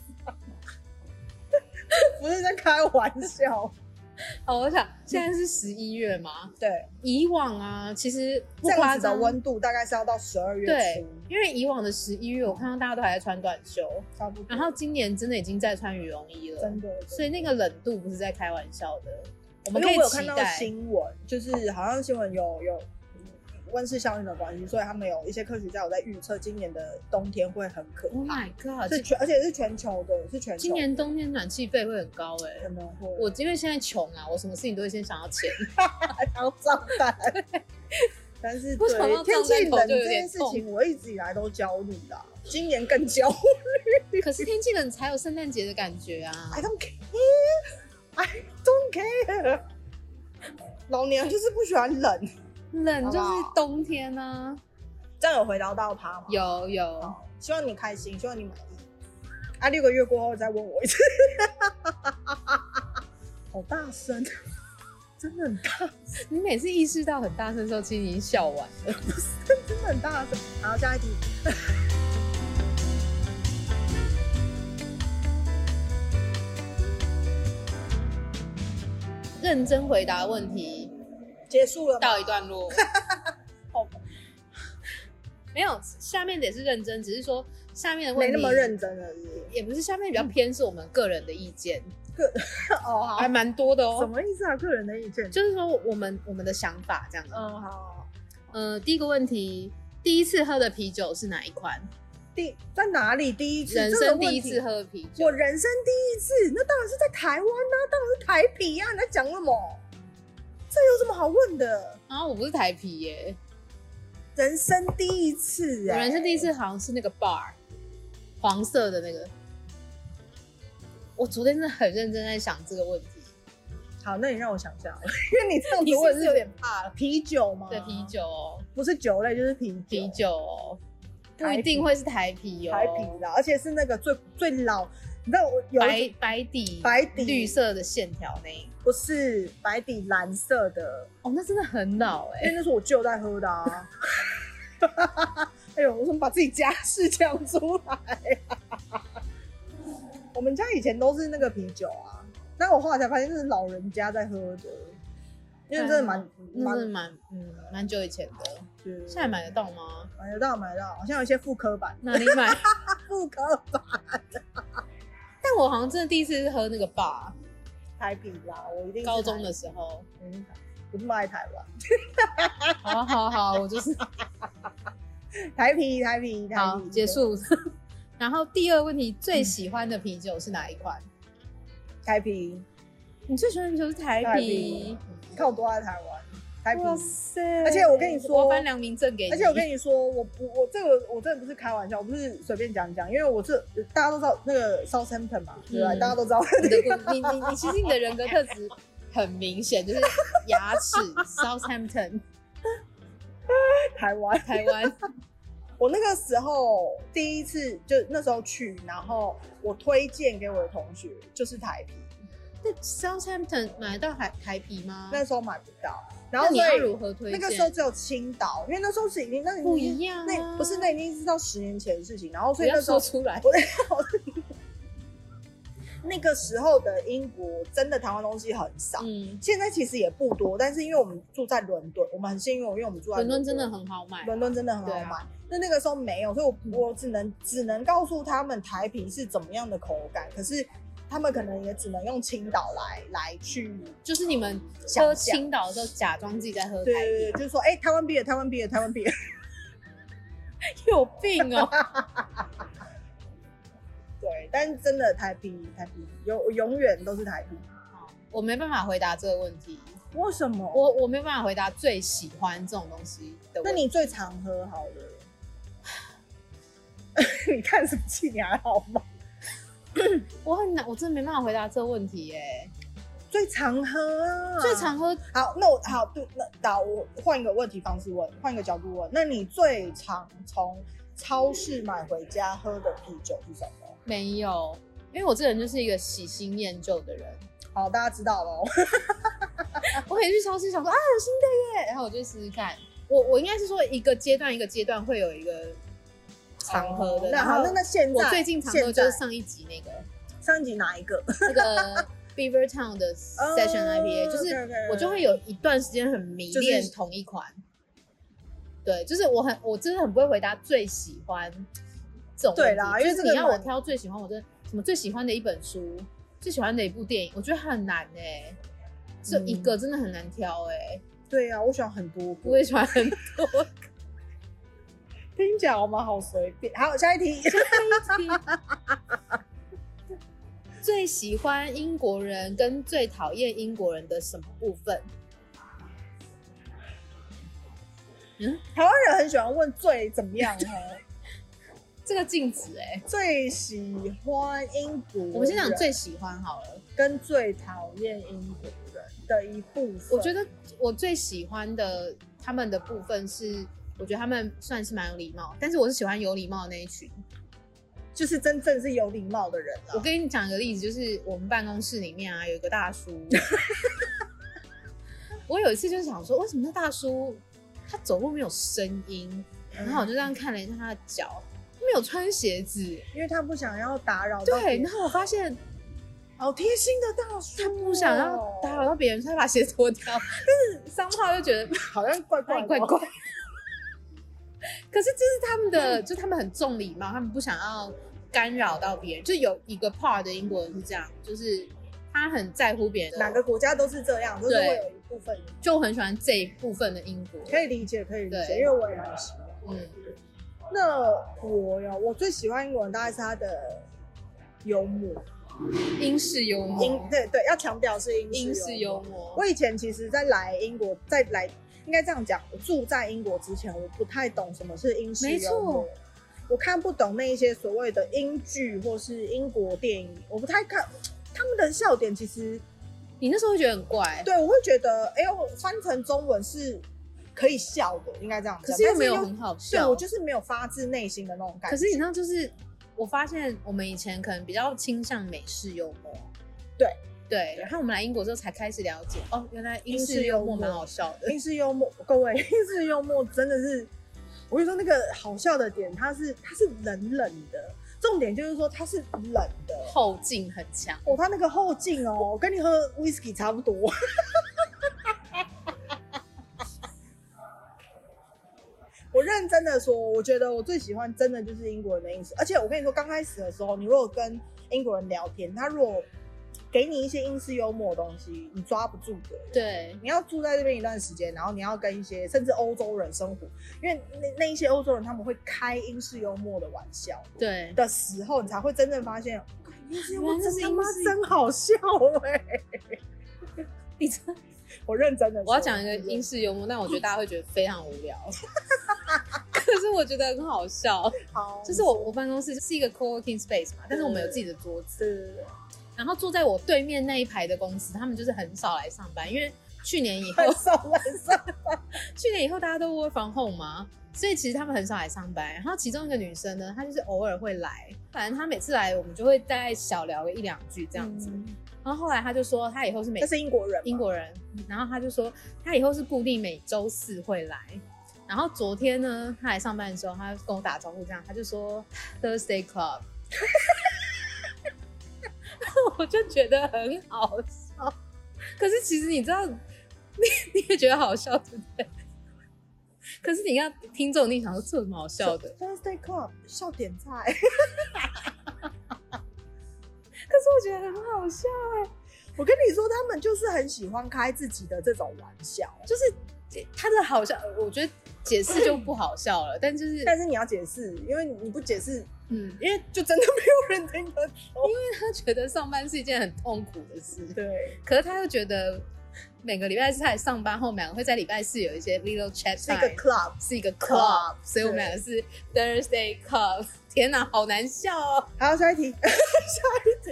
Speaker 2: 不是在开玩笑，
Speaker 1: 哦，我想现在是十一月嘛，
Speaker 2: 对，
Speaker 1: 以往啊，其实不
Speaker 2: 这
Speaker 1: 夸
Speaker 2: 样子的
Speaker 1: 张，
Speaker 2: 温度大概是要到十二月
Speaker 1: 对
Speaker 2: 初，
Speaker 1: 因为以往的十一月，我看到大家都还在穿短袖，
Speaker 2: 差不多。
Speaker 1: 然后今年真的已经在穿羽绒衣了，
Speaker 2: 真的，
Speaker 1: 所以那个冷度不是在开玩笑的，我
Speaker 2: 因
Speaker 1: 们可
Speaker 2: 为
Speaker 1: 以
Speaker 2: 我有
Speaker 1: 期
Speaker 2: 看到
Speaker 1: 待。
Speaker 2: 新闻，就是好像新闻有有温室效应的关系，所以他们有一些科学家有在预测今年的冬天会很可
Speaker 1: Oh
Speaker 2: 怕，
Speaker 1: my god！
Speaker 2: 是全而且是全球的，是全球。
Speaker 1: 今年冬天暖气费会很高哎、
Speaker 2: 可能会
Speaker 1: 我因为现在穷啊，我什么事情都会先想要钱。
Speaker 2: 还要账单。但是
Speaker 1: 不想到
Speaker 2: 对天
Speaker 1: 账单
Speaker 2: 气
Speaker 1: 头
Speaker 2: 冷
Speaker 1: 就有
Speaker 2: 这件
Speaker 1: 点
Speaker 2: 事
Speaker 1: 痛
Speaker 2: 情，我一直以来都焦虑的啊，今年更焦虑。
Speaker 1: 可是天气冷才有圣诞节的感觉啊
Speaker 2: I！don't care, I don't care。老娘就是不喜欢冷。
Speaker 1: 冷就
Speaker 2: 好不
Speaker 1: 是
Speaker 2: 好
Speaker 1: 冬天啊。
Speaker 2: 这样有回答到他吗？
Speaker 1: 有有，
Speaker 2: 好，希望你开心，希望你满意。啊，六个月过后再问我一 次。好大声，真的很大，
Speaker 1: 你每次意识到很大声的时候，其实已经笑完了。
Speaker 2: 真的很大声。好，下一题。
Speaker 1: 认真回答问题，
Speaker 2: 结束了吗，
Speaker 1: 到一段落。
Speaker 2: 好
Speaker 1: 没有，下面的也是认真，只是说下面的问
Speaker 2: 没
Speaker 1: 题
Speaker 2: 那么认真了是不是。
Speaker 1: 也不是下面比较偏是我们个人的意见，
Speaker 2: 哦，好
Speaker 1: 还蛮多的
Speaker 2: 什
Speaker 1: 哦。
Speaker 2: 么意思啊？个人的意见？
Speaker 1: 就是说我们我们的想法这样子。
Speaker 2: 嗯，好。
Speaker 1: 呃，第一个问题，第一次喝的啤酒是哪一款？
Speaker 2: 第在哪里？第一次，
Speaker 1: 人
Speaker 2: 这个
Speaker 1: 生
Speaker 2: 问题
Speaker 1: 第一次，喝的啤酒
Speaker 2: 我，人生第一次，那当然是在台湾啊，当然是台啤啊，你在讲什么？这有什么好问的？
Speaker 1: 然后我不是台啤耶、
Speaker 2: 人生第一次、
Speaker 1: 我
Speaker 2: 哎，
Speaker 1: 人生第一次好像是那个 bar，黄色的那个。我昨天真的很认真在想这个问题，
Speaker 2: 好，那你让我想一下， 因为你这样子
Speaker 1: 你是不
Speaker 2: 我
Speaker 1: 是
Speaker 2: 也是有点怕了。啤酒吗？
Speaker 1: 对啤，酒哦，
Speaker 2: 不是酒类就是啤酒。
Speaker 1: 啤酒哦，不
Speaker 2: 台
Speaker 1: 一
Speaker 2: 啤
Speaker 1: 定会是台啤哦，
Speaker 2: 台啤啦，而且是那个最最老，你知道我有一
Speaker 1: 白白底
Speaker 2: 白底
Speaker 1: 绿色的线条那一
Speaker 2: 不是白底蓝色的，
Speaker 1: 哦，那真的很老哎、
Speaker 2: 因为那是我舅在喝的啊。 哎呦，我怎么把自己家事讲出来、啊 我们家以前都是那个啤酒啊，但我后来才发现那是老人家在喝的，因为真的蛮
Speaker 1: 啊那是
Speaker 2: 蛮
Speaker 1: 蛮嗯蛮久以前的，
Speaker 2: 就是
Speaker 1: 现在买得到吗？
Speaker 2: 买得到买得到，好像有一些复刻版，
Speaker 1: 哪里买？
Speaker 2: 复刻版
Speaker 1: 但我好像真的第一次是喝那个 bar，
Speaker 2: 台啤啦，我一定是
Speaker 1: 高中
Speaker 2: 台
Speaker 1: 的时候。
Speaker 2: 嗯我这么爱台湾，
Speaker 1: 好好好，我 就是
Speaker 2: 台啤台啤台
Speaker 1: 好
Speaker 2: 啤，
Speaker 1: 结束。然后第二个问题，最喜欢的啤酒是哪一款？
Speaker 2: 台啤，
Speaker 1: 你最喜欢的啤酒是台
Speaker 2: 台
Speaker 1: 啤
Speaker 2: 啤。你看我多爱台湾，台啤。
Speaker 1: 塞！
Speaker 2: 而且我跟你说
Speaker 1: 我颁良民证给你。
Speaker 2: 而且我跟你说，我不，我这个我真的不是开玩笑，我不是随便讲讲，因为我这大家都知道那个 Southampton 嘛，对吧？
Speaker 1: 嗯
Speaker 2: 大家都知道，
Speaker 1: 你的故，你你你，其实你的人格特质很明显，就是牙齿 Southampton
Speaker 2: 台湾。
Speaker 1: 台湾。
Speaker 2: 我那个时候第一次就那时候去，然后我推荐给我的同学就是台啤，
Speaker 1: 那 Southampton 买得到台台啤吗？
Speaker 2: 那时候买不到，然
Speaker 1: 嗯那
Speaker 2: 后
Speaker 1: 你
Speaker 2: 所
Speaker 1: 要
Speaker 2: 以
Speaker 1: 如何推
Speaker 2: 那
Speaker 1: 荐？
Speaker 2: 个时候只有青岛，因为那时候是已经那
Speaker 1: 不一样啊
Speaker 2: 那不是那已经是到十年前的事情，然后
Speaker 1: 不
Speaker 2: 所以
Speaker 1: 要
Speaker 2: 那时候
Speaker 1: 说出来。
Speaker 2: 那个时候的英国真的台湾东西很少。
Speaker 1: 嗯，
Speaker 2: 现在其实也不多，但是因为我们住在伦敦，我们很幸运，因为我们住在
Speaker 1: 伦敦
Speaker 2: 敦
Speaker 1: 真的很好买。啊
Speaker 2: 伦敦真的很好
Speaker 1: 对
Speaker 2: 买。
Speaker 1: 啊嗯
Speaker 2: 那那个时候没有，所以我我只能只能告诉他们台啤是怎么样的口感，可是他们可能也只能用青岛来来去。
Speaker 1: 就是你们
Speaker 2: 想
Speaker 1: 喝
Speaker 2: 象
Speaker 1: 青岛的时候，假装自己在喝
Speaker 2: 对
Speaker 1: 台
Speaker 2: 对对，
Speaker 1: 啤，
Speaker 2: 就是说，哎、台湾啤的，台湾啤的，台湾啤的，
Speaker 1: 有病哦！
Speaker 2: 对， 但是真的台啤，台啤永永远都是台啤。
Speaker 1: 我没办法回答这个问题，
Speaker 2: 为什么？
Speaker 1: 我我没办法回答最喜欢这种东西的
Speaker 2: 那
Speaker 1: 问题。
Speaker 2: 你最常喝好了？ 你看什么气？你还好吗？
Speaker 1: 我很难，我真的没办法回答这个问题耶、
Speaker 2: 最常喝啊，
Speaker 1: 最常喝
Speaker 2: 好，那我好对，那那我换一个问题方式问，换一个角度问，那你最常从超市买回家喝的啤酒是什么？
Speaker 1: 没有，因为我这个人就是一个喜新厌旧的人。
Speaker 2: 好，大家知道喽。
Speaker 1: 我可以去超市想说啊有新的耶，然后我就试试看。我我应该是说一个阶段一个阶段会有一个场合的。
Speaker 2: 哦那
Speaker 1: 然
Speaker 2: 好，
Speaker 1: 后
Speaker 2: 那那现在
Speaker 1: 我最近常喝
Speaker 2: 现
Speaker 1: 就
Speaker 2: 在
Speaker 1: 是上一集那个
Speaker 2: 上一集哪一个？
Speaker 1: 那个 Beaver Town 的 Session IPA，、就是
Speaker 2: 哦 OK，OK，OK
Speaker 1: 我就会有一段时间很迷
Speaker 2: 就是
Speaker 1: 恋同一款。对，就是我很我真的很不会回答最喜欢这种问题
Speaker 2: 对啦因为
Speaker 1: 就
Speaker 2: 这
Speaker 1: 是
Speaker 2: 个
Speaker 1: 你要我
Speaker 2: 蛮
Speaker 1: 挑最喜欢，我真的什么最喜欢的一本书，最喜欢的一部电影，我觉得很难哎、这一
Speaker 2: 嗯
Speaker 1: 个真的很难挑哎、
Speaker 2: 对呀、啊，我喜欢很多个
Speaker 1: 我也喜欢很多 个。
Speaker 2: 听起来我们好随便。好，下一题。
Speaker 1: 最喜欢英国人跟最讨厌英国人的什么部分？
Speaker 2: 台湾人很喜欢问最怎么样哦，
Speaker 1: 这个禁止哎、
Speaker 2: 最喜欢英国人，
Speaker 1: 我们先讲最喜欢好了。
Speaker 2: 跟最讨厌英国人的一部分。
Speaker 1: 我觉
Speaker 2: 得
Speaker 1: 得我最喜欢的他们的部分是，我觉得他们算是蛮有礼貌，但是我是喜欢有礼貌的那一群。
Speaker 2: 就是真正是有礼貌的人
Speaker 1: 我
Speaker 2: 了。
Speaker 1: 跟你讲一个例子，就是我们办公室里面啊，有一个大 叔。我有一次就是想说，为什么那大叔他走路没有声音？然
Speaker 2: 嗯
Speaker 1: 后我就这样看了一下他的脚，没有穿鞋子。
Speaker 2: 因为他不想要打扰到别
Speaker 1: 对，
Speaker 2: 人，
Speaker 1: 然后我发现
Speaker 2: 好贴心的大叔、
Speaker 1: 他不想要打扰，到别人，所以他把鞋脱掉。 但是三号又觉得
Speaker 2: 好像怪怪
Speaker 1: 怪
Speaker 2: 的
Speaker 1: 怪怪。 可是这是他们的，就他们很重礼貌，他们不想要干扰到别人。就有一个 part 的英国人是这样，就是他很在乎别人，
Speaker 2: 哪个国家都是这样，就是
Speaker 1: 对
Speaker 2: 会有一部分人
Speaker 1: 就很喜欢这一部分的英国。
Speaker 2: 可以理解，可以理解，
Speaker 1: 对
Speaker 2: 因为我也很喜欢。
Speaker 1: 嗯，
Speaker 2: 那我呀，我最喜欢英国人大概是他的幽默，
Speaker 1: 英式幽默，
Speaker 2: 英对对，要强调嗯是英
Speaker 1: 英式
Speaker 2: 式
Speaker 1: 幽
Speaker 2: 幽
Speaker 1: 默
Speaker 2: 我，以前其实，在来英国，在来应该这样讲，我住在英国之前，我不太懂什么是英式幽默
Speaker 1: 没，
Speaker 2: 我看不懂那一些所谓的英剧或是英国电影，我不太看他们的笑点。其实，
Speaker 1: 你那时候会觉得很怪，
Speaker 2: 对啊我会觉得，哎、呦，翻成中文是可以笑的，应该这样讲，
Speaker 1: 可是又
Speaker 2: 但
Speaker 1: 没有很好
Speaker 2: 对啊
Speaker 1: 笑。
Speaker 2: 我就是没有发自内心的那种感觉。
Speaker 1: 可是你知道，就是我发现我们以前可能比较倾向美式幽默，
Speaker 2: 对
Speaker 1: 对
Speaker 2: 对，
Speaker 1: 然后我们来英国之后才开始了解，哦，原来英
Speaker 2: 英
Speaker 1: 式
Speaker 2: 式
Speaker 1: 幽
Speaker 2: 幽
Speaker 1: 默
Speaker 2: 默
Speaker 1: 蛮好笑的。
Speaker 2: 英式幽默，各位， 英式幽默真的是，我跟你说那个好笑的点，它是它是冷冷的，重点就是说它是冷的。
Speaker 1: 后劲很强，
Speaker 2: 哦，它那个后劲哦，跟你喝 whisky 差不多。 我认真的说，我觉得我最喜欢真的就是英国人的饮食，而且我跟你说，刚开始的时候，你如果跟英国人聊天，他如果给你一些英式幽默的东西，你抓不住的。
Speaker 1: 对，
Speaker 2: 你要住在这边一段时间，然后你要跟一些甚至欧洲人生活，因为那那一些欧洲人他们会开英式幽默的玩笑
Speaker 1: 对，
Speaker 2: 的时候，你才会真正发现，干英式幽默
Speaker 1: 原来这
Speaker 2: 真
Speaker 1: 是
Speaker 2: 他妈
Speaker 1: 英式
Speaker 2: 真好笑哎、
Speaker 1: 你知道
Speaker 2: 我认真的，
Speaker 1: 我要讲一个英，式幽默，但我觉得大家会觉得非常无聊， 可是我觉得很好笑。
Speaker 2: 好，
Speaker 1: 就是我我办公室是一个 co-working space 嘛，但是我们有自己的桌子，
Speaker 2: 是
Speaker 1: 然后坐在我对面那一排的公司，他们就是很少来上班，因为去年以后
Speaker 2: 很少很少，
Speaker 1: 去年以后大家都 work from home 嘛，所以其实他们很少来上班。然后其中一个女生呢，她就是偶尔会来，反正她每次来我们就会大概小聊个一两句这样子。
Speaker 2: 嗯
Speaker 1: 然后后来她就说，她以后是每
Speaker 2: 那是英国人嘛，
Speaker 1: 英国人，然后她就说她以后是固定每周四会来。然后昨天呢，她来上班的时候，她跟我打招呼这样，她就说 Thursday Club，我就觉得很好笑。可是其实你知道，你你也觉得好笑，对不对？可是你看听众，你想说这有什么好笑的？
Speaker 2: Thursday Club 笑点在，
Speaker 1: 可是我觉得很好笑，
Speaker 2: 我跟你说，他们就是很喜欢开自己的这种玩笑，
Speaker 1: 就是他的好笑，我觉得解释就不好笑了，但就是
Speaker 2: 但是你要解释，因为你不解释，
Speaker 1: 嗯，
Speaker 2: 因为就真的没有人听得懂。
Speaker 1: 他觉得上班是一件很痛苦的事，
Speaker 2: 对，
Speaker 1: 可是他又觉得每个礼拜四他来上班后，我们两个会在礼拜四有一些 little chat
Speaker 2: 是一个
Speaker 1: time，
Speaker 2: club，
Speaker 1: 是一个 club，
Speaker 2: club，
Speaker 1: 所以我们两个是 Thursday club。天哪，好难笑哦！
Speaker 2: 好，下一 题，下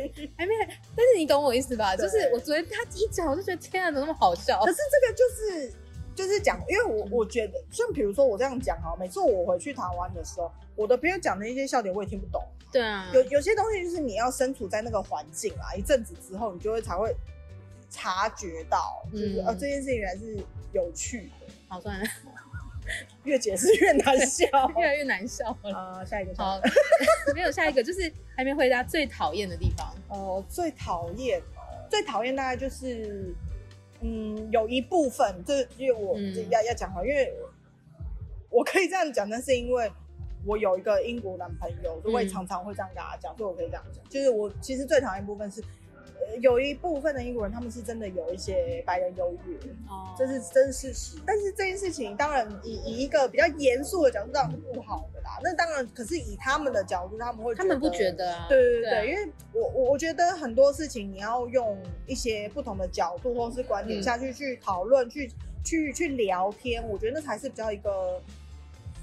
Speaker 2: 一题。
Speaker 1: 还没，但是你懂我意思吧？
Speaker 2: 对
Speaker 1: 就是我昨天他一讲，我就觉得天啊，怎么那么好笑
Speaker 2: 可？是这个就是就是讲，因为我我觉得，像比如说我这样讲哈，每次我回去台湾的时候，我的朋友讲的一些笑点我也听不懂。
Speaker 1: 对啊
Speaker 2: 嗯有有些东西就是你要身处在那个环境啊，一阵子之后，你就会才会察觉到，就是、
Speaker 1: 嗯
Speaker 2: 呃这件事情原来是有趣的，
Speaker 1: 好算了，
Speaker 2: 越解释越难 笑。
Speaker 1: 越来越难笑了。
Speaker 2: 啊、下一个，下一个
Speaker 1: 好，没有下一个，就是还没回答最讨厌的地方。
Speaker 2: 呃，最讨厌，哦最讨厌大概就是，嗯，有一部分，这因为我、
Speaker 1: 嗯
Speaker 2: 这要要讲好，因为我可以这样讲，但是因为我有一个英国男朋友，我也
Speaker 1: 嗯
Speaker 2: 常常会这样跟他讲，所以我可以这样讲，就是我其实最讨厌的部分是。呃有一部分的英国人，他们是真的有一些白人优越，
Speaker 1: 哦
Speaker 2: 这是真事实。但是这件事情，当然以以一个比较严肃的角度，当然是不好的啦。那当然，可是以他们的角度，他们会
Speaker 1: 他们不觉得啊？
Speaker 2: 对对对，
Speaker 1: 啊
Speaker 2: 因为我我我觉得很多事情你要用一些不同的角度或是观点
Speaker 1: 嗯
Speaker 2: 下去去讨论、去去去聊天，我觉得那才是比较一个。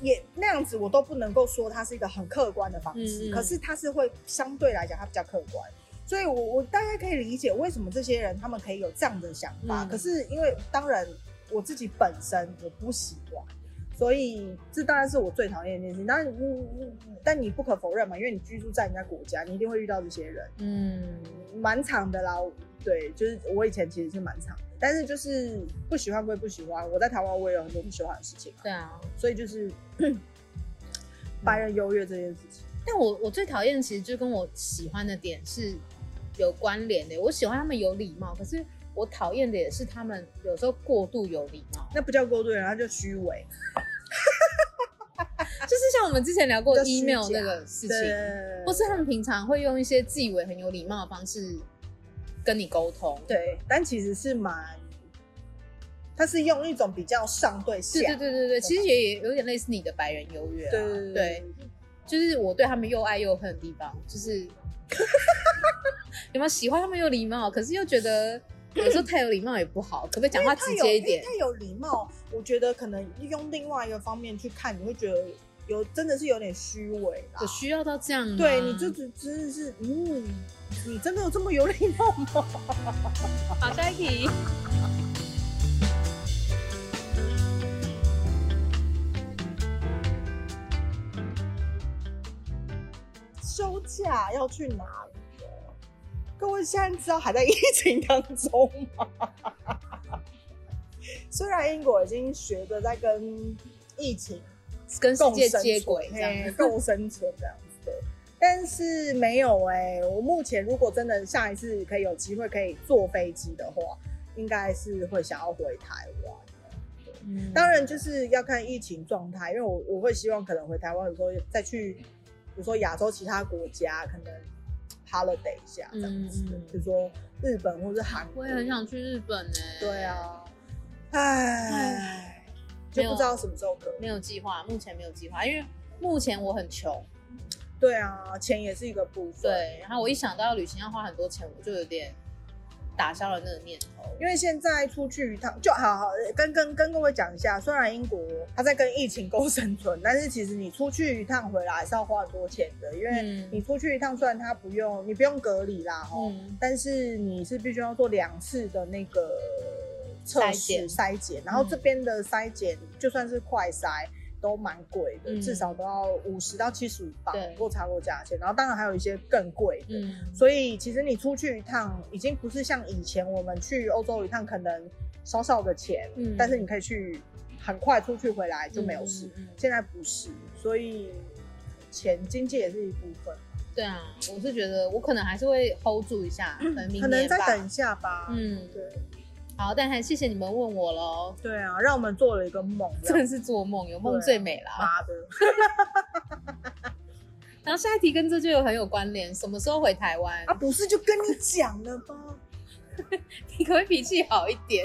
Speaker 2: 也那样子，我都不能够说它是一个很客观的方式，
Speaker 1: 嗯嗯
Speaker 2: 可是它是会相对来讲它比较客观，所以我我大概可以理解为什么这些人他们可以有这样的想法，
Speaker 1: 嗯
Speaker 2: 可是因为当然我自己本身我不喜欢，所以这当然是我最讨厌的一件事。但你你但你不可否认嘛，因为你居住在人家国家，你一定会遇到这些人，
Speaker 1: 嗯，
Speaker 2: 蛮长的啦。对，就是我以前其实是蛮长的，但是就是不喜欢归不喜欢，我在台湾我也有很多不喜欢的事情啊，
Speaker 1: 对啊。
Speaker 2: 所以就是嗯
Speaker 1: 嗯
Speaker 2: 白人优越这件事情。
Speaker 1: 但我我最讨厌其实就跟我喜欢的点是有关联的。我喜欢他们有礼貌，可是我讨厌的也是他们有时候过度有礼貌，
Speaker 2: 那不叫过度，然后就虚伪。
Speaker 1: 就是像我们之前聊过
Speaker 2: 比较虚
Speaker 1: email
Speaker 2: 假
Speaker 1: 那个事
Speaker 2: 对
Speaker 1: 情，，或是他们平常会用一些自以为很有礼貌的方式跟你沟通。
Speaker 2: 对，但其实是蛮，他是用一种比较上对下，
Speaker 1: 对对对对对，其实也也有点类似你的白人优越、啊。
Speaker 2: 对
Speaker 1: 对，就是我对他们又爱又恨的地方，就是 有没有喜欢他们有礼貌，可是又觉 得有时候太有礼貌也不好，可不可以讲话直
Speaker 2: 他哎有
Speaker 1: 接一
Speaker 2: 因为
Speaker 1: 点？
Speaker 2: 他有礼貌，我觉得可能用另外一个方面去看，你会觉得有真的是有点虚伪啦
Speaker 1: 有。需要到这样啊吗？
Speaker 2: 对，你就只真的是，嗯，你真的有这么有礼貌吗？
Speaker 1: 好，下一题。
Speaker 2: 休假要去哪里？各位现在知道还在疫情当中吗？ 虽然英国已经学着在跟疫情
Speaker 1: 跟世
Speaker 2: 共
Speaker 1: 界
Speaker 2: 生
Speaker 1: 接
Speaker 2: 存
Speaker 1: 轨这
Speaker 2: 嘿
Speaker 1: 样。
Speaker 2: 共生存这样子对。但是没有哎、我目前如果真的下一次可以有机会可以坐飞机的话，应该是会想要回台湾。
Speaker 1: 嗯
Speaker 2: 当然就是要看疫情状态，因为我我会希望可能回台湾，有时候再去，比如说亚洲其他国家，可能 holiday 一下这样子，
Speaker 1: 嗯嗯
Speaker 2: 比如说日本或是韩国。
Speaker 1: 我也很想去日本欸呢、
Speaker 2: 对，啊，唉，就不知道什么时候可以。
Speaker 1: 没有计划，目前没有计划，因为目前我很穷。
Speaker 2: 对啊，钱也是一个部分。
Speaker 1: 对，然后我一想到旅行要花很多钱，我就有点打消了那个念头。
Speaker 2: 因为现在出去一趟就好好跟跟跟各位讲一下，虽然英国它在跟疫情共生存，但是其实你出去一趟回来还是要花很多钱的，因为
Speaker 1: 嗯
Speaker 2: 你出去一趟虽然它不用你不用隔离啦哦，
Speaker 1: 嗯
Speaker 2: 但是你是必须要做两次的那个测
Speaker 1: 筛
Speaker 2: 试
Speaker 1: 检
Speaker 2: 筛检，然后这边的筛检就算是快筛。都蛮贵的，
Speaker 1: 嗯
Speaker 2: 至少都要五十到七十五磅，
Speaker 1: 对
Speaker 2: 我查过价钱。然后当然还有一些更贵的，
Speaker 1: 嗯，
Speaker 2: 所以其实你出去一趟，已经不是像以前我们去欧洲一趟可能少少的钱，
Speaker 1: 嗯
Speaker 2: 但是你可以去很快出去回来就没有事。
Speaker 1: 嗯嗯嗯
Speaker 2: 现在不是，所以钱经济也是一部分，
Speaker 1: 对啊，我是觉得我可能还是会 hold 住一 下，可能明
Speaker 2: 可能
Speaker 1: 年吧
Speaker 2: 再。等一下吧。
Speaker 1: 嗯，
Speaker 2: 对
Speaker 1: 好，但还谢谢你们问我喽，
Speaker 2: 对啊，让我们做了一个梦，
Speaker 1: 真的是做梦，有梦最美啦。
Speaker 2: 妈的，
Speaker 1: 然后下一题跟这就有很有关联，什么时候回台湾？
Speaker 2: 啊不是就跟你讲了吗？
Speaker 1: 你可不可以脾气好一点？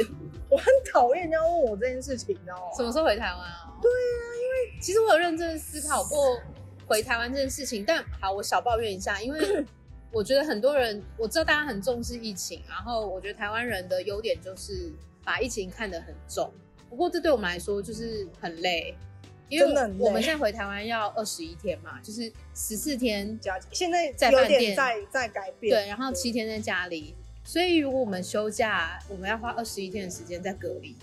Speaker 2: 我很讨厌人家问我这件事情，你知哦道吗？
Speaker 1: 什么时候回台湾啊？对啊，因为其实我有认真思考过回台湾这件事情，但好，我小抱怨一 下，因为我觉得很多人，我知道大家很重视疫情，然后我觉得台湾人的优点就是把疫情看得很重，不过这对我们来说就是很累。因为
Speaker 2: 真的很累
Speaker 1: 我们现在回台湾要二十一天嘛，就是十四天
Speaker 2: 加现在
Speaker 1: 在
Speaker 2: 有
Speaker 1: 饭
Speaker 2: 点
Speaker 1: 店
Speaker 2: 在在改变，
Speaker 1: 对，然后七天在家里，所以如果我们休假，我们要花二十一天的时间在隔离。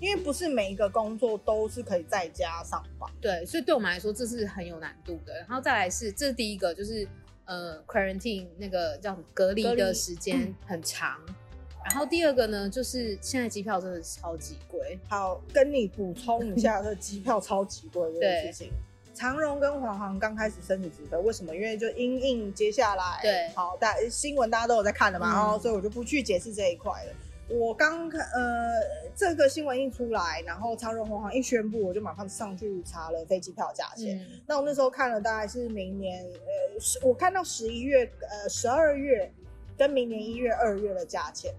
Speaker 2: 因为不是每一个工作都是可以在家上班。
Speaker 1: 对，所以对我们来说这是很有难度的。然后再来是，这是第一个，就是呃，quarantine 那个叫什么隔离
Speaker 2: 隔离
Speaker 1: 的时间很长，然后第二个呢，就是现在机票真的超级贵，
Speaker 2: 好，跟你补充一下，这机票超级贵这件
Speaker 1: 对
Speaker 2: 事情。长荣跟华航刚开始升起值得，为什么？因为就因应接下来，
Speaker 1: 对
Speaker 2: 好，大新闻大家都有在看的嘛，
Speaker 1: 嗯
Speaker 2: 然后所以我就不去解释这一块了。我刚看呃这个新闻一出来，然后长荣、华航一宣布，我就马上上去查了飞机票价钱。
Speaker 1: 嗯，
Speaker 2: 那我那时候看了，大概是明年，呃，十我看到十一月、呃十二月跟明年一月、二月的价钱。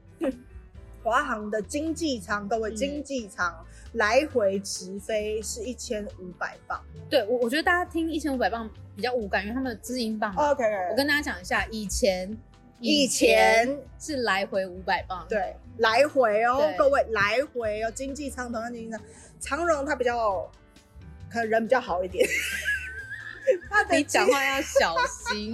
Speaker 2: 华航的经济舱，各位
Speaker 1: 嗯
Speaker 2: 经济舱来回直飞是一千五百磅。
Speaker 1: 对我我觉得大家听一千五百磅比较无感，因为他们资金磅嘛。
Speaker 2: OK，
Speaker 1: 嗯我跟大家讲一下，以前
Speaker 2: 哦以前
Speaker 1: 是来回五百磅，
Speaker 2: 对来回哦，
Speaker 1: 对
Speaker 2: 各位来回哦，经济舱同样经济舱，长荣它比较可能人比较好一点。 它的
Speaker 1: 你
Speaker 2: 经
Speaker 1: 讲话要小 心。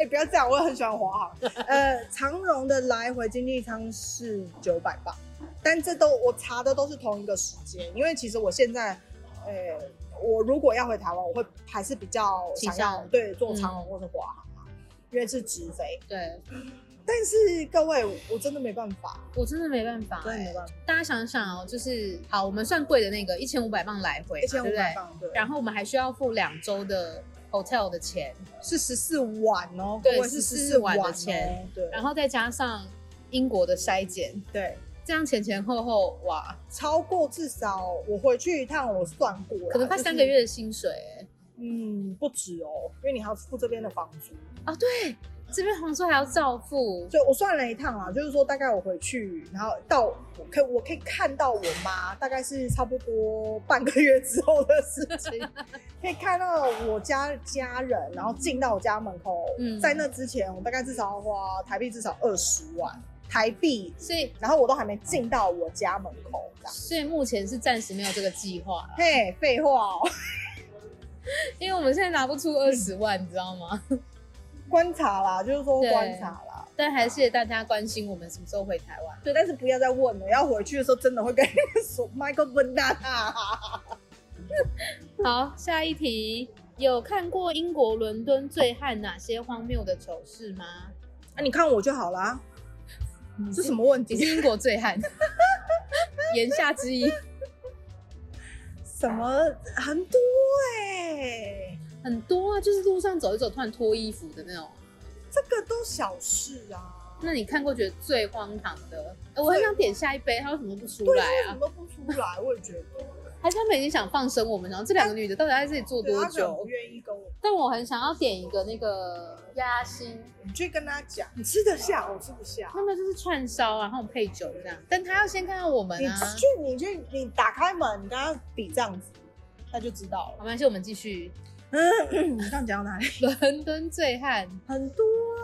Speaker 2: 哎、不要这样，我也很喜欢华航。呃，长荣的来回经济舱是九百磅，但这都我查的都是同一个时间，因为其实我现在，呃，我如果要回台湾，我会还是比较想
Speaker 1: 倾
Speaker 2: 要
Speaker 1: 向
Speaker 2: 对坐长荣或者华航嘛，因为是直飞。
Speaker 1: 对
Speaker 2: 但是各位，我真的没办法，
Speaker 1: 我真的没办法、
Speaker 2: 真的没
Speaker 1: 欸，
Speaker 2: 办法，
Speaker 1: 大家想想哦，就是好，我们算贵的那个一千五百磅来回
Speaker 2: 一
Speaker 1: 嘛，对
Speaker 2: 千
Speaker 1: 不
Speaker 2: 五百
Speaker 1: 对？
Speaker 2: 磅，对，
Speaker 1: 然后我们还需要付两周的 hotel 的钱，
Speaker 2: 是十四晚哦，
Speaker 1: 对
Speaker 2: 各位是
Speaker 1: 14
Speaker 2: 四晚
Speaker 1: 晚的
Speaker 2: 哦
Speaker 1: 钱，
Speaker 2: 对，
Speaker 1: 然后再加上英国的筛检，
Speaker 2: 对。
Speaker 1: 这样前前后后哇，
Speaker 2: 超过至少我回去一趟，我算过啦，
Speaker 1: 可能快
Speaker 2: 就是
Speaker 1: 三个月的薪水、欸。
Speaker 2: 嗯，不止哦，因为你还要付这边的房租。
Speaker 1: 哦，对，这边黄叔还要照付，
Speaker 2: 所以我算了一趟啊，就是说大概我回去，然后到我可以我可以看到我妈，大概是差不多半个月之后的事情，可以看到我家家人，然后进到我家门口。
Speaker 1: 嗯
Speaker 2: 在那之前，我大概至少要花台币至少二十万台币，
Speaker 1: 所以
Speaker 2: 然后我都还没进到我家门口，这样。
Speaker 1: 所以目前是暂时没有这个计划啦，
Speaker 2: 嘿，废话哦，
Speaker 1: 因为我们现在拿不出二十万，你知道吗？
Speaker 2: 观察啦，就是说
Speaker 1: 对
Speaker 2: 观察啦。
Speaker 1: 但还谢谢大家关心我们什么时候回台湾。
Speaker 2: 对，但是不要再问了，要回去的时候真的会跟你们说 Michael Banana。
Speaker 1: 好，下一题，有看过英国伦敦醉汉哪些荒谬的糗事吗？
Speaker 2: 那、啊你看我就好啦，
Speaker 1: 你
Speaker 2: 这
Speaker 1: 是
Speaker 2: 什么问
Speaker 1: 你
Speaker 2: 题？
Speaker 1: 是英国醉汉， 言下之意
Speaker 2: 什么很多哎、
Speaker 1: 很多啊，就是路上走一走突然脱衣服的那种。
Speaker 2: 这个都小事啊，
Speaker 1: 那你看过觉得最荒唐的？呃我很想点下一杯，他为什么不出
Speaker 2: 对，
Speaker 1: 来
Speaker 2: 为什
Speaker 1: 啊
Speaker 2: 么？都不出来？我也觉得，
Speaker 1: 还是他们已经想放生我们，然后这两个女的到底在这里坐
Speaker 2: 对啊
Speaker 1: 多
Speaker 2: 他可能
Speaker 1: 久
Speaker 2: 不？愿意跟我，
Speaker 1: 但我很想要点一个那个鸭心，
Speaker 2: 你去跟他讲，你吃得下，我吃不下。
Speaker 1: 那么就是串烧，啊然后配酒这样。但他要先看到我们
Speaker 2: 你
Speaker 1: 啊。
Speaker 2: 去，你去，你打开门，你跟他比这样子，他就知道
Speaker 1: 好，
Speaker 2: 了。
Speaker 1: 没关系，我们继续。
Speaker 2: 嗯，你这样讲到哪里？
Speaker 1: 伦敦醉汉，
Speaker 2: 很多啊。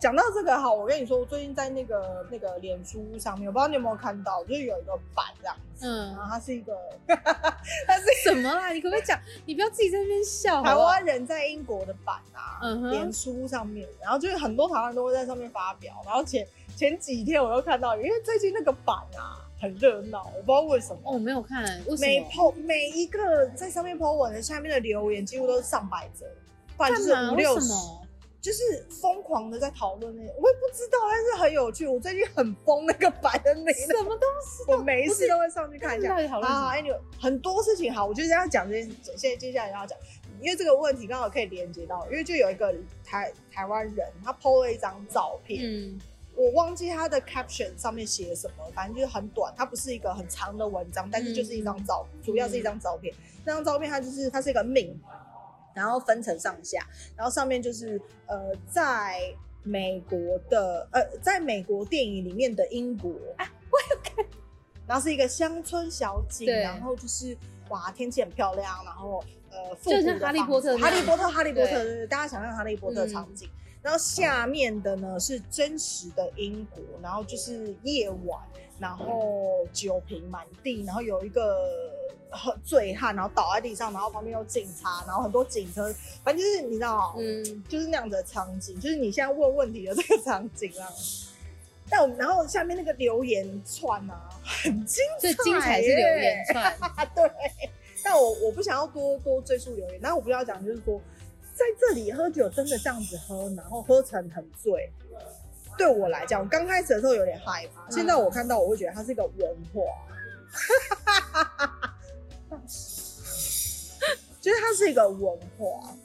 Speaker 2: 讲到这个哈，我跟你说，我最近在那个那个脸书上面，我不知道你有没有看到，就是有一个版这样子，
Speaker 1: 嗯
Speaker 2: 然，后它是一个
Speaker 1: 什么啊啦？你可不可以讲？你不要自己在那边笑
Speaker 2: 台
Speaker 1: 好不好？
Speaker 2: 湾人在英国的版啊，
Speaker 1: 哦嗯
Speaker 2: 脸
Speaker 1: 哼，
Speaker 2: 书上面，然后就是很多台湾人都会在上面发表，然后前前几天我又看到，因为最近那个版啊很热闹，我不知道为什么。
Speaker 1: 哦，我没有看，为什
Speaker 2: 每
Speaker 1: 么？
Speaker 2: po 每一个在上面 po 文的下面的留言几乎都是上百则，不然
Speaker 1: 干
Speaker 2: 就是
Speaker 1: 嘛？为
Speaker 2: 五六
Speaker 1: 什
Speaker 2: 十，
Speaker 1: 么？
Speaker 2: 就是疯狂的在讨论那，我也不知道，但是很有趣。我最近很疯那个版的那 个，
Speaker 1: 什么东西？
Speaker 2: 我每一次都会上去看一
Speaker 1: 他们
Speaker 2: 下
Speaker 1: 到。底讨
Speaker 2: 啊哎
Speaker 1: 论什
Speaker 2: 好
Speaker 1: 么？
Speaker 2: ，anyway，很多事情好，我就是要讲这件，现在接下来要讲，因为这个问题刚好可以连接到，因为就有一个台台湾人，他 PO 了一张照片，
Speaker 1: 嗯
Speaker 2: 我忘记他的 caption 上面写什么，反正就是很短，它不是一个很长的文章，但是就是一张照，主要是一张照片。那张照片它就是它是一个命，然后分成上下，然后上面就是呃，在美国的呃，在美国电影里面的英国，啊、我有看，然后是一个乡村小景，
Speaker 1: 对
Speaker 2: 然后就是哇，天气很漂亮，然后呃，复
Speaker 1: 就
Speaker 2: 古
Speaker 1: 像
Speaker 2: 的
Speaker 1: 哈利
Speaker 2: 房
Speaker 1: 波
Speaker 2: 子
Speaker 1: 特那
Speaker 2: 哈利
Speaker 1: 样
Speaker 2: 波特，哈利波特，
Speaker 1: 对
Speaker 2: 对对对，大家想象哈利波特的
Speaker 1: 嗯
Speaker 2: 场景。然后下面的呢是真实的英国，然后就是夜晚，然后酒瓶满地，然后有一个呃醉汉，然后倒在地上，然后旁边有警察，然后很多警车，反正就是你知道，
Speaker 1: 嗯，
Speaker 2: 就是那样的场景，就是你现在问问题的这个场景啊。但我们然后下面那个留言串啊，很精彩
Speaker 1: 最
Speaker 2: 耶，
Speaker 1: 精彩是留言串，
Speaker 2: 啊，对。但我我不想要多多赘述留言，然后我不要讲就是说，在这里喝酒真的这样子喝，然后喝成很醉，对我来讲，我刚开始的时候有点害怕，现在我看到我会觉得它是一个文化，就是它是一个文化。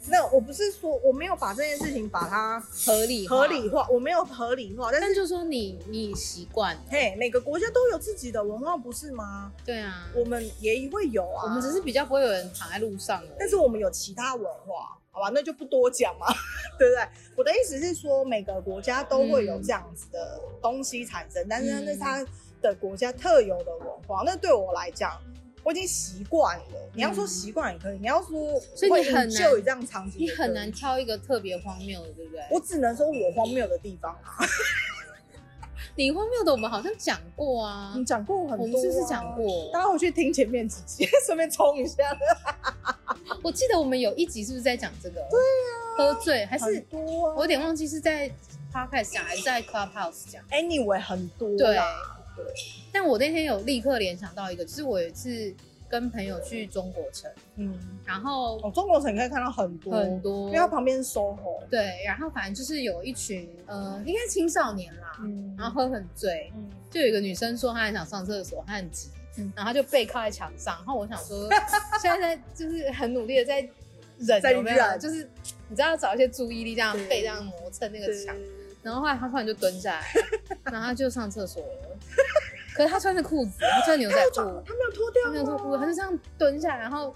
Speaker 2: 那我不是说我没有把这件事情把它
Speaker 1: 合理化
Speaker 2: 合理，化，我没有合理化，但
Speaker 1: 但
Speaker 2: 是
Speaker 1: 就说你你习惯了，
Speaker 2: 嘿，每个国家都有自己的文化，不是吗？
Speaker 1: 对啊，
Speaker 2: 我们也会有啊，
Speaker 1: 我们只是比较不会有人躺在路上而已
Speaker 2: 但是我们有其他文化，好吧，那就不多讲嘛， 对不对？我的意思是说，每个国家都会有这样子的东西产生，但是呢
Speaker 1: 嗯
Speaker 2: 那是它的国家特有的文化。那对我来讲，我已经习惯了。你要说习惯也可以，你要说
Speaker 1: 所以
Speaker 2: 会
Speaker 1: 你很难
Speaker 2: 就有这样场景，
Speaker 1: 你很难。挑一个特别荒谬的，对不对？
Speaker 2: 我只能说我荒谬的地方啊，
Speaker 1: 你荒谬的我们好像讲过啊
Speaker 2: 你，讲过很多、啊
Speaker 1: 我们是不是讲？过？
Speaker 2: 大家回去听前面几集， 顺便冲一下。
Speaker 1: 我记得我们有一集是不是在讲这个？对啊，喝醉还
Speaker 2: 很
Speaker 1: 是
Speaker 2: 多、啊，
Speaker 1: 我有点忘记是在 podcast 讲还是在 clubhouse 讲。
Speaker 2: anyway 很多
Speaker 1: 对
Speaker 2: 啦，，
Speaker 1: 但我那天有立刻联想到一个，就是我有一次跟朋友去中国城，
Speaker 2: 嗯，
Speaker 1: 然后
Speaker 2: 哦，中国城你可以看到很多
Speaker 1: 很多
Speaker 2: 因为它旁边是 SOHO，
Speaker 1: 对，然后反正就是有一群呃，应该青少年啦，
Speaker 2: 嗯，
Speaker 1: 然后喝很醉，
Speaker 2: 嗯，
Speaker 1: 就有一个女生说她很想上厕所，她很急，
Speaker 2: 嗯
Speaker 1: 然后她就背靠在墙上。然后我想 说，现在在就是很努力的在忍，
Speaker 2: 在
Speaker 1: 有没有？啊
Speaker 2: 忍
Speaker 1: 就是你知道要找一些注意力，这样
Speaker 2: 对
Speaker 1: 背这样磨蹭那个
Speaker 2: 对
Speaker 1: 墙。然后后来她突然就蹲下来，然后她就上厕所了。可是她穿着裤子，她穿牛仔
Speaker 2: 他
Speaker 1: 裤，
Speaker 2: 没有脱掉
Speaker 1: 她
Speaker 2: 啊吗，
Speaker 1: 没有脱裤子，她就这样蹲下来，然后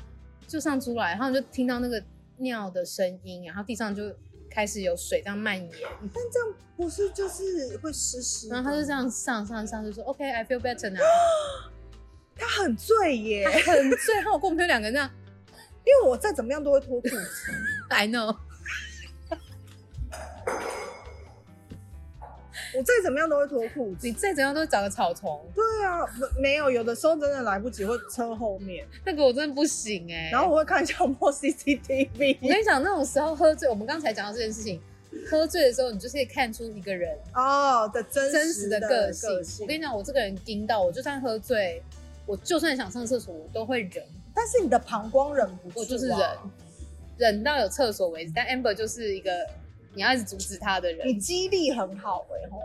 Speaker 1: 就上出来，然后就听到那个尿的声音，然后地上就开始有水这样蔓延。
Speaker 2: 但这样不是就是会湿湿的？
Speaker 1: 然后她就这样上上上，就说 OK，I、feel better now。
Speaker 2: 他很醉耶，
Speaker 1: 还很醉，然后我跟我们朋友两个人这样
Speaker 2: 因为我再怎么样都会脱裤子，
Speaker 1: ，I know，
Speaker 2: 我再怎么样都会脱裤子。
Speaker 1: 你再怎样都会找个草丛，
Speaker 2: 对啊，没没有，有的时候真的来不及会车后面，
Speaker 1: 那个我真的不行哎、
Speaker 2: 然后
Speaker 1: 我
Speaker 2: 我会看一下
Speaker 1: 跟
Speaker 2: 摸 CCTV
Speaker 1: 你讲，那种时候喝醉，我们刚才讲到这件事情，喝醉的时候，你就是可以看出一个人
Speaker 2: 哦的真
Speaker 1: 真实的个性。
Speaker 2: 个
Speaker 1: 我跟你
Speaker 2: 性。
Speaker 1: 讲，我这个人盯到，我就算喝醉，我就算想上厕所，我都会忍，
Speaker 2: 但是你的膀胱忍不住、啊，
Speaker 1: 我就是忍，忍到有厕所为止。但 Amber 就是一个你要一直阻止他的
Speaker 2: 你
Speaker 1: 人，
Speaker 2: 肌力很好哎、吼，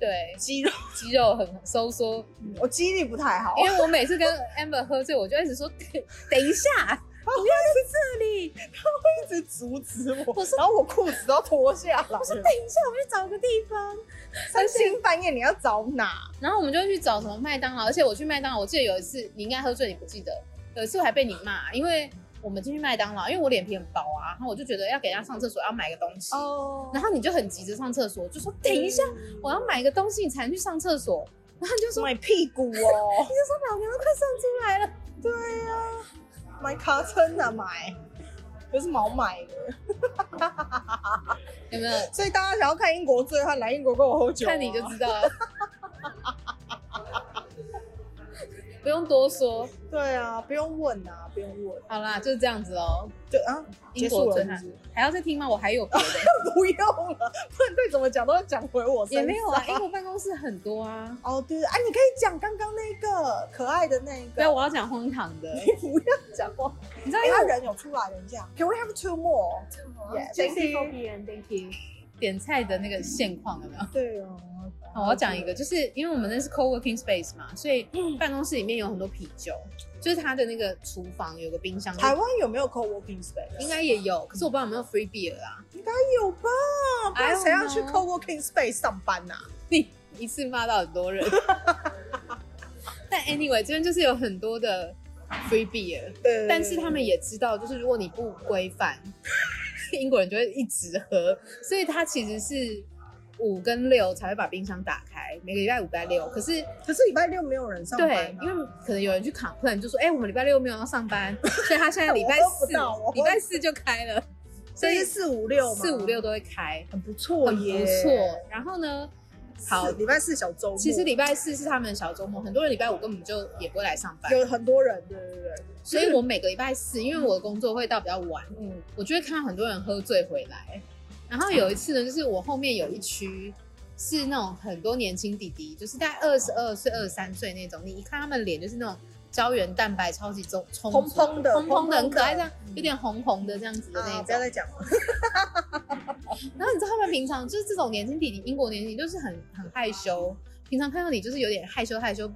Speaker 1: 对，
Speaker 2: 肌肉，
Speaker 1: 肌肉很收缩，
Speaker 2: 我肌力不太好，
Speaker 1: 嗯因为我每次跟 Amber 喝醉，我就一直说 等等一下，不要在这里，
Speaker 2: 一直阻止我，
Speaker 1: 我说
Speaker 2: 然后我裤子都要脱下来了。
Speaker 1: 说等一下，我们去找个地方。
Speaker 2: 三更半夜你要找哪？
Speaker 1: 然后我们就去找什么麦当劳，而且我去麦当劳，我记得有一次你应该喝醉，你不记得？有一次我还被你骂，因为我们进去麦当劳，因为我脸皮很薄啊，然后我就觉得要给人家上厕所要买个东西，
Speaker 2: 哦嗯
Speaker 1: 然后你就很急着上厕所，就说等一下，我要买个东西你才能去上厕所。然后你就说
Speaker 2: 买屁股哦，
Speaker 1: 老娘都快上出来了，
Speaker 2: 对呀、啊，买卡称啊买，不是毛买的。
Speaker 1: 有没有？
Speaker 2: 所以大家想要看英国醉汉来英国跟我喝酒、啊
Speaker 1: 看你就。知道了。 不用多说，
Speaker 2: 对啊，不用问啊，不用问。
Speaker 1: 好啦，就是这样子哦。
Speaker 2: 对啊，
Speaker 1: 英
Speaker 2: 结
Speaker 1: 国
Speaker 2: 束
Speaker 1: 醉
Speaker 2: 了
Speaker 1: 汉
Speaker 2: 是不是？
Speaker 1: 还要再听吗？我还有别的。
Speaker 2: 不用了，不然再怎么讲都要讲回我身上。
Speaker 1: 也没有啊，英国办公室很多啊。
Speaker 2: 哦，对，啊，你可以讲刚刚那个可爱的那一
Speaker 1: 对啊，
Speaker 2: 个，
Speaker 1: 我要讲荒唐 的。
Speaker 2: 不要讲话。
Speaker 1: 你知道
Speaker 2: 哎，他人有出来人家。Can we have two more? Yeah, thank you.
Speaker 1: you，Thank you。点菜的那个现况有没有？
Speaker 2: 对哦，
Speaker 1: 好，我要讲一个，就是因为我们那是 co-working space 嘛，所以办公室里面有很多啤酒，就是它的那个厨房有个冰箱，
Speaker 2: 台湾有没有 co-working space？
Speaker 1: 应该也有，可是我不知道有没有 free beer 啊。
Speaker 2: 有吧？不然谁要去 co-working space 上班啊呐、
Speaker 1: 你 一次骂到很多人。 但 anyway，这边就是有很多的 free beer，
Speaker 2: 对
Speaker 1: 但是他们也知道，就是如果你不规范， 英国人就会一直喝，所以他其实是五跟六才会把冰箱打开，每个礼拜五、礼拜六。可是
Speaker 2: 可是礼拜六没有人上班、
Speaker 1: 对，因为可能有人去 complain 就说，哎、我们礼拜六没有要上 班，所以他现在礼拜
Speaker 2: 我喝
Speaker 1: 四
Speaker 2: 不到我喝不到
Speaker 1: 礼拜四就开了，所
Speaker 2: 这
Speaker 1: 以
Speaker 2: 是四五六嘛，
Speaker 1: 四五六都会开，
Speaker 2: 很不错
Speaker 1: 很
Speaker 2: 耶，
Speaker 1: 不错。然后呢，好
Speaker 2: 是，礼拜四小周末，
Speaker 1: 其实礼拜四是他们的小周末，很多人礼拜五根本就也不会来上班，
Speaker 2: 有很多人，对对对，
Speaker 1: 所以我每个礼拜四，因为我的工作会到比较晚，
Speaker 2: 嗯，
Speaker 1: 我就会看到很多人喝醉回来。然后有一次呢，就是我后面有一区是那种很多年轻弟弟，就是大概二十二岁、二十三岁那种，你一看他们脸就是那种胶原蛋白超级重充
Speaker 2: 蓬蓬的
Speaker 1: 蓬蓬的很可爱，
Speaker 2: 蓬
Speaker 1: 这
Speaker 2: 蓬的
Speaker 1: 样有点红红的这样子的那一
Speaker 2: 啊，不
Speaker 1: 种
Speaker 2: 要。再讲了，
Speaker 1: 然后你知道他们平常就是这种年轻弟弟，英国年轻就是很很害羞，平常看到你就是有点害羞害羞，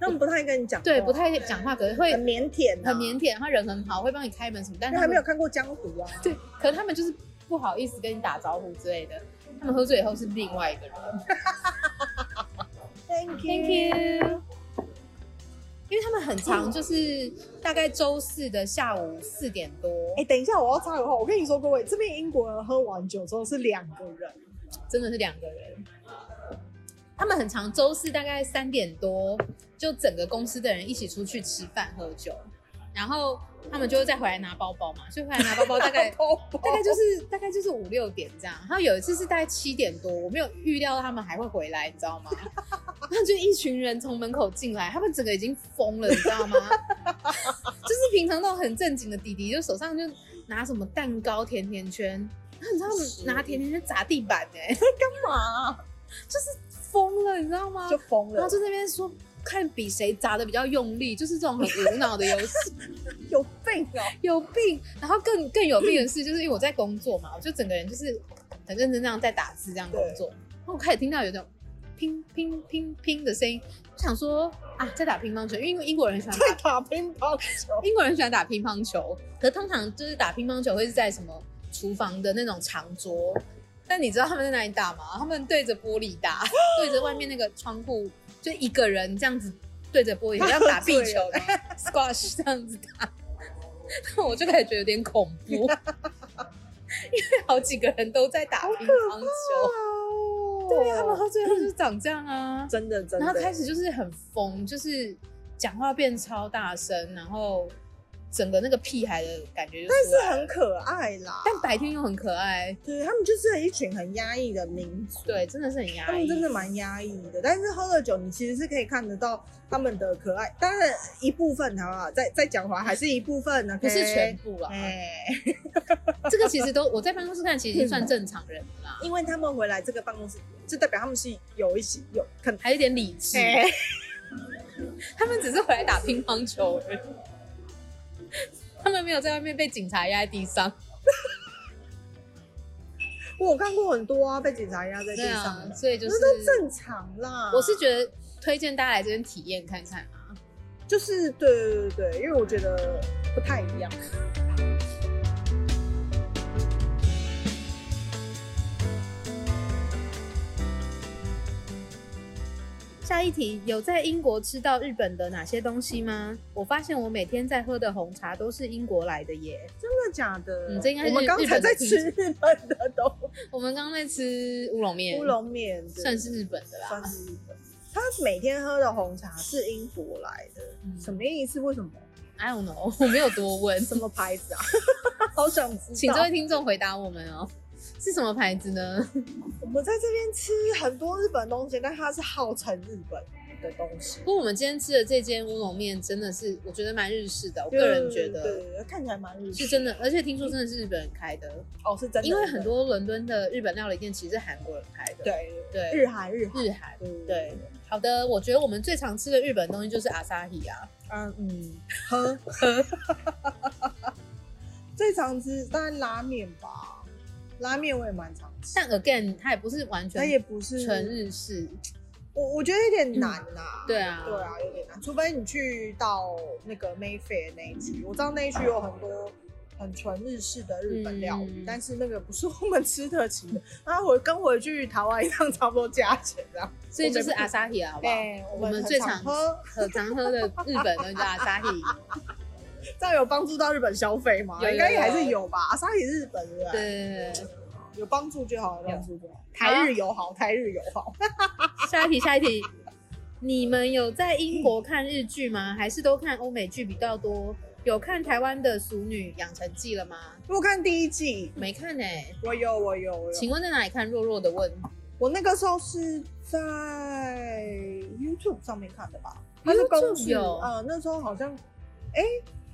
Speaker 2: 他们不太跟你讲话，
Speaker 1: 对，不太讲话，可是会
Speaker 2: 很腼腆、
Speaker 1: 很腼，腆，他人很好，会帮你开门什么，但
Speaker 2: 因为
Speaker 1: 他
Speaker 2: 啊还
Speaker 1: 们
Speaker 2: 没有看过江湖啊。
Speaker 1: 对，可能他们就是不好意思跟你打招呼之类的。他们喝醉以后是另外一个人。
Speaker 2: Thank
Speaker 1: Thank you。因为他们很长，就是大概周四的下午四点多，
Speaker 2: 哎、等一下，我要插个话。我跟你说，各位，这边英国人喝完酒之后是两个人，
Speaker 1: 真的是两个人。他们很长，周四大概三点多，就整个公司的人一起出去吃饭喝酒，然后他们就会再回来拿包包嘛，所以回来拿包包大概大概就是大概就是五六点这样。然后有一次是大概七点多，我没有预料到他们还会回来，你知 道吗？那就一群人从门口进来，他们整个已经疯了，你知道 吗？就是平常都很正经的弟弟，就手上就拿什么蛋糕、甜甜圈，然后你知道他们
Speaker 2: 是
Speaker 1: 拿甜甜圈砸地板哎、
Speaker 2: 嘛？
Speaker 1: 疯了，你知道吗？
Speaker 2: 就疯
Speaker 1: 然
Speaker 2: 了
Speaker 1: 后，就在那边说看比谁砸的比较用力，就是这种很无脑的游戏。
Speaker 2: 有病哦、
Speaker 1: 有病。然后更更有病的是，就是因为我在工作嘛，我就整个人就是很认真这样在打字这样工作。然后我开始听到有种乒乒乒乒的声音，我想说啊，在打乒乓球，因为英国人很喜欢
Speaker 2: 在
Speaker 1: 打，
Speaker 2: 打乒乓球，
Speaker 1: 英国人喜欢打乒乓球，可通常就是打乒乓球会是在什么厨房的那种长桌。但你知道他们在哪里打吗？他们对着玻璃打，对着外面那个窗户，就一个人这样子对着玻璃，像打壁球吗 squash 这样子打。那我就开始觉得有点恐怖，因为好几个人都在打乒乓球，
Speaker 2: 对
Speaker 1: 啊他们喝醉后就是长这样啊。
Speaker 2: 真的真的，
Speaker 1: 然后开始就是很疯，就是讲话变超大声，然后整个那个屁孩的感觉就
Speaker 2: 但
Speaker 1: 出
Speaker 2: 是
Speaker 1: 来了
Speaker 2: 很可爱啦。
Speaker 1: 但白天又很可爱，
Speaker 2: 对他们就是一群很压抑的民族，
Speaker 1: 对，真的是很压
Speaker 2: 他们
Speaker 1: 抑，
Speaker 2: 真的蛮压抑的。但是喝了酒，你其实是可以看得到他们的可爱，当然一部分好不好？再再讲回来，还是一部分呢，
Speaker 1: 不是全。部啊啦。
Speaker 2: 哎、
Speaker 1: 这个其实都我在办公室看，其实已经算正常人了啦，
Speaker 2: 因为他们回来这个办公室，就代表他们是有一起有可能。
Speaker 1: 还有一点理智。
Speaker 2: 哎、
Speaker 1: 他们只是回来打乒乓球而已，他们没有在外面被警察压在地上。
Speaker 2: 我有看过很多啊，被警察压在地
Speaker 1: 对
Speaker 2: 上
Speaker 1: 啊，
Speaker 2: 的，
Speaker 1: 所以就是
Speaker 2: 那都正常啊啦。
Speaker 1: 我是觉得推荐大家来这边体验看看啊。
Speaker 2: 就是对对对对，因为我觉得不太一样。
Speaker 1: 下一题，有在英国吃到日本的哪些东西吗？我发现我每天在喝的红茶都是英国来的耶。
Speaker 2: 真的假的？
Speaker 1: 嗯这应该是
Speaker 2: 我们刚才在吃日本的东西
Speaker 1: 我们刚刚在吃乌龙面，
Speaker 2: 乌龙面，对
Speaker 1: 算是日本的啦。
Speaker 2: 算是日本。他每天喝的红茶是英国来的，
Speaker 1: 嗯
Speaker 2: 什么意思？为什么？
Speaker 1: I don't know，我没有多问。
Speaker 2: 什么 牌子啊？好想知道。
Speaker 1: 请这位听众回答我们哦，是什么牌子呢？
Speaker 2: 我们在这边吃很多日本东西，但它是号称日本的东西。
Speaker 1: 不过我们今天吃的这间乌龙面真的是，我觉得蛮日式的，我个人觉
Speaker 2: 对
Speaker 1: 得
Speaker 2: 对对看起来蛮日
Speaker 1: 是
Speaker 2: 式。
Speaker 1: 真的，而且听说真的是日本人开的，
Speaker 2: 哦，是真的，
Speaker 1: 因为很多伦敦的日本料理店其实是韩国人开的，
Speaker 2: 对
Speaker 1: 对，
Speaker 2: 日韩日韩
Speaker 1: 日韩。
Speaker 2: 对
Speaker 1: 对，好的，我觉得我们最常吃的日本东西就是阿萨希啊，
Speaker 2: 嗯嗯，喝喝， 最常吃当然拉面吧，拉面我也蛮常吃，
Speaker 1: 但 again 它也不是完
Speaker 2: 它
Speaker 1: 全
Speaker 2: 也不是
Speaker 1: 纯日式，
Speaker 2: 我我觉得有点难呐、
Speaker 1: 对啊
Speaker 2: 对啊，有点难，除非你去到那个 Mayfair 那一区，我知道那一区有很多很纯日式的日本料理，
Speaker 1: 嗯
Speaker 2: 但是那个不是我们吃得起的。那回跟回去台湾一趟差不多价钱这样。
Speaker 1: 所以就是阿萨希啊，好不好？
Speaker 2: 对，我
Speaker 1: 我们
Speaker 2: 们
Speaker 1: 最
Speaker 2: 最
Speaker 1: 常
Speaker 2: 常喝，
Speaker 1: 很常喝的日本东西叫阿萨 希，
Speaker 2: 这样有帮助到日本消费吗？
Speaker 1: 有有
Speaker 2: 应该
Speaker 1: 有
Speaker 2: 还是有吧。阿萨也是日本人，
Speaker 1: 对对对对。
Speaker 2: 有帮助就好，有帮助就好。
Speaker 1: 好
Speaker 2: 台日友好，台日友好。
Speaker 1: 下一题，下一题。你们有在英国看日剧吗？还是都看欧美剧比较多？有看台湾的《俗女养成记》了吗？
Speaker 2: 我看第一季，
Speaker 1: 没看呢、
Speaker 2: 我有，我有，我有
Speaker 1: 请。问在哪里看？弱弱的问。
Speaker 2: 我那个时候是在 YouTube 上面看的吧？它是公
Speaker 1: YouTube
Speaker 2: 司
Speaker 1: 有
Speaker 2: 呃，那时候好像，哎、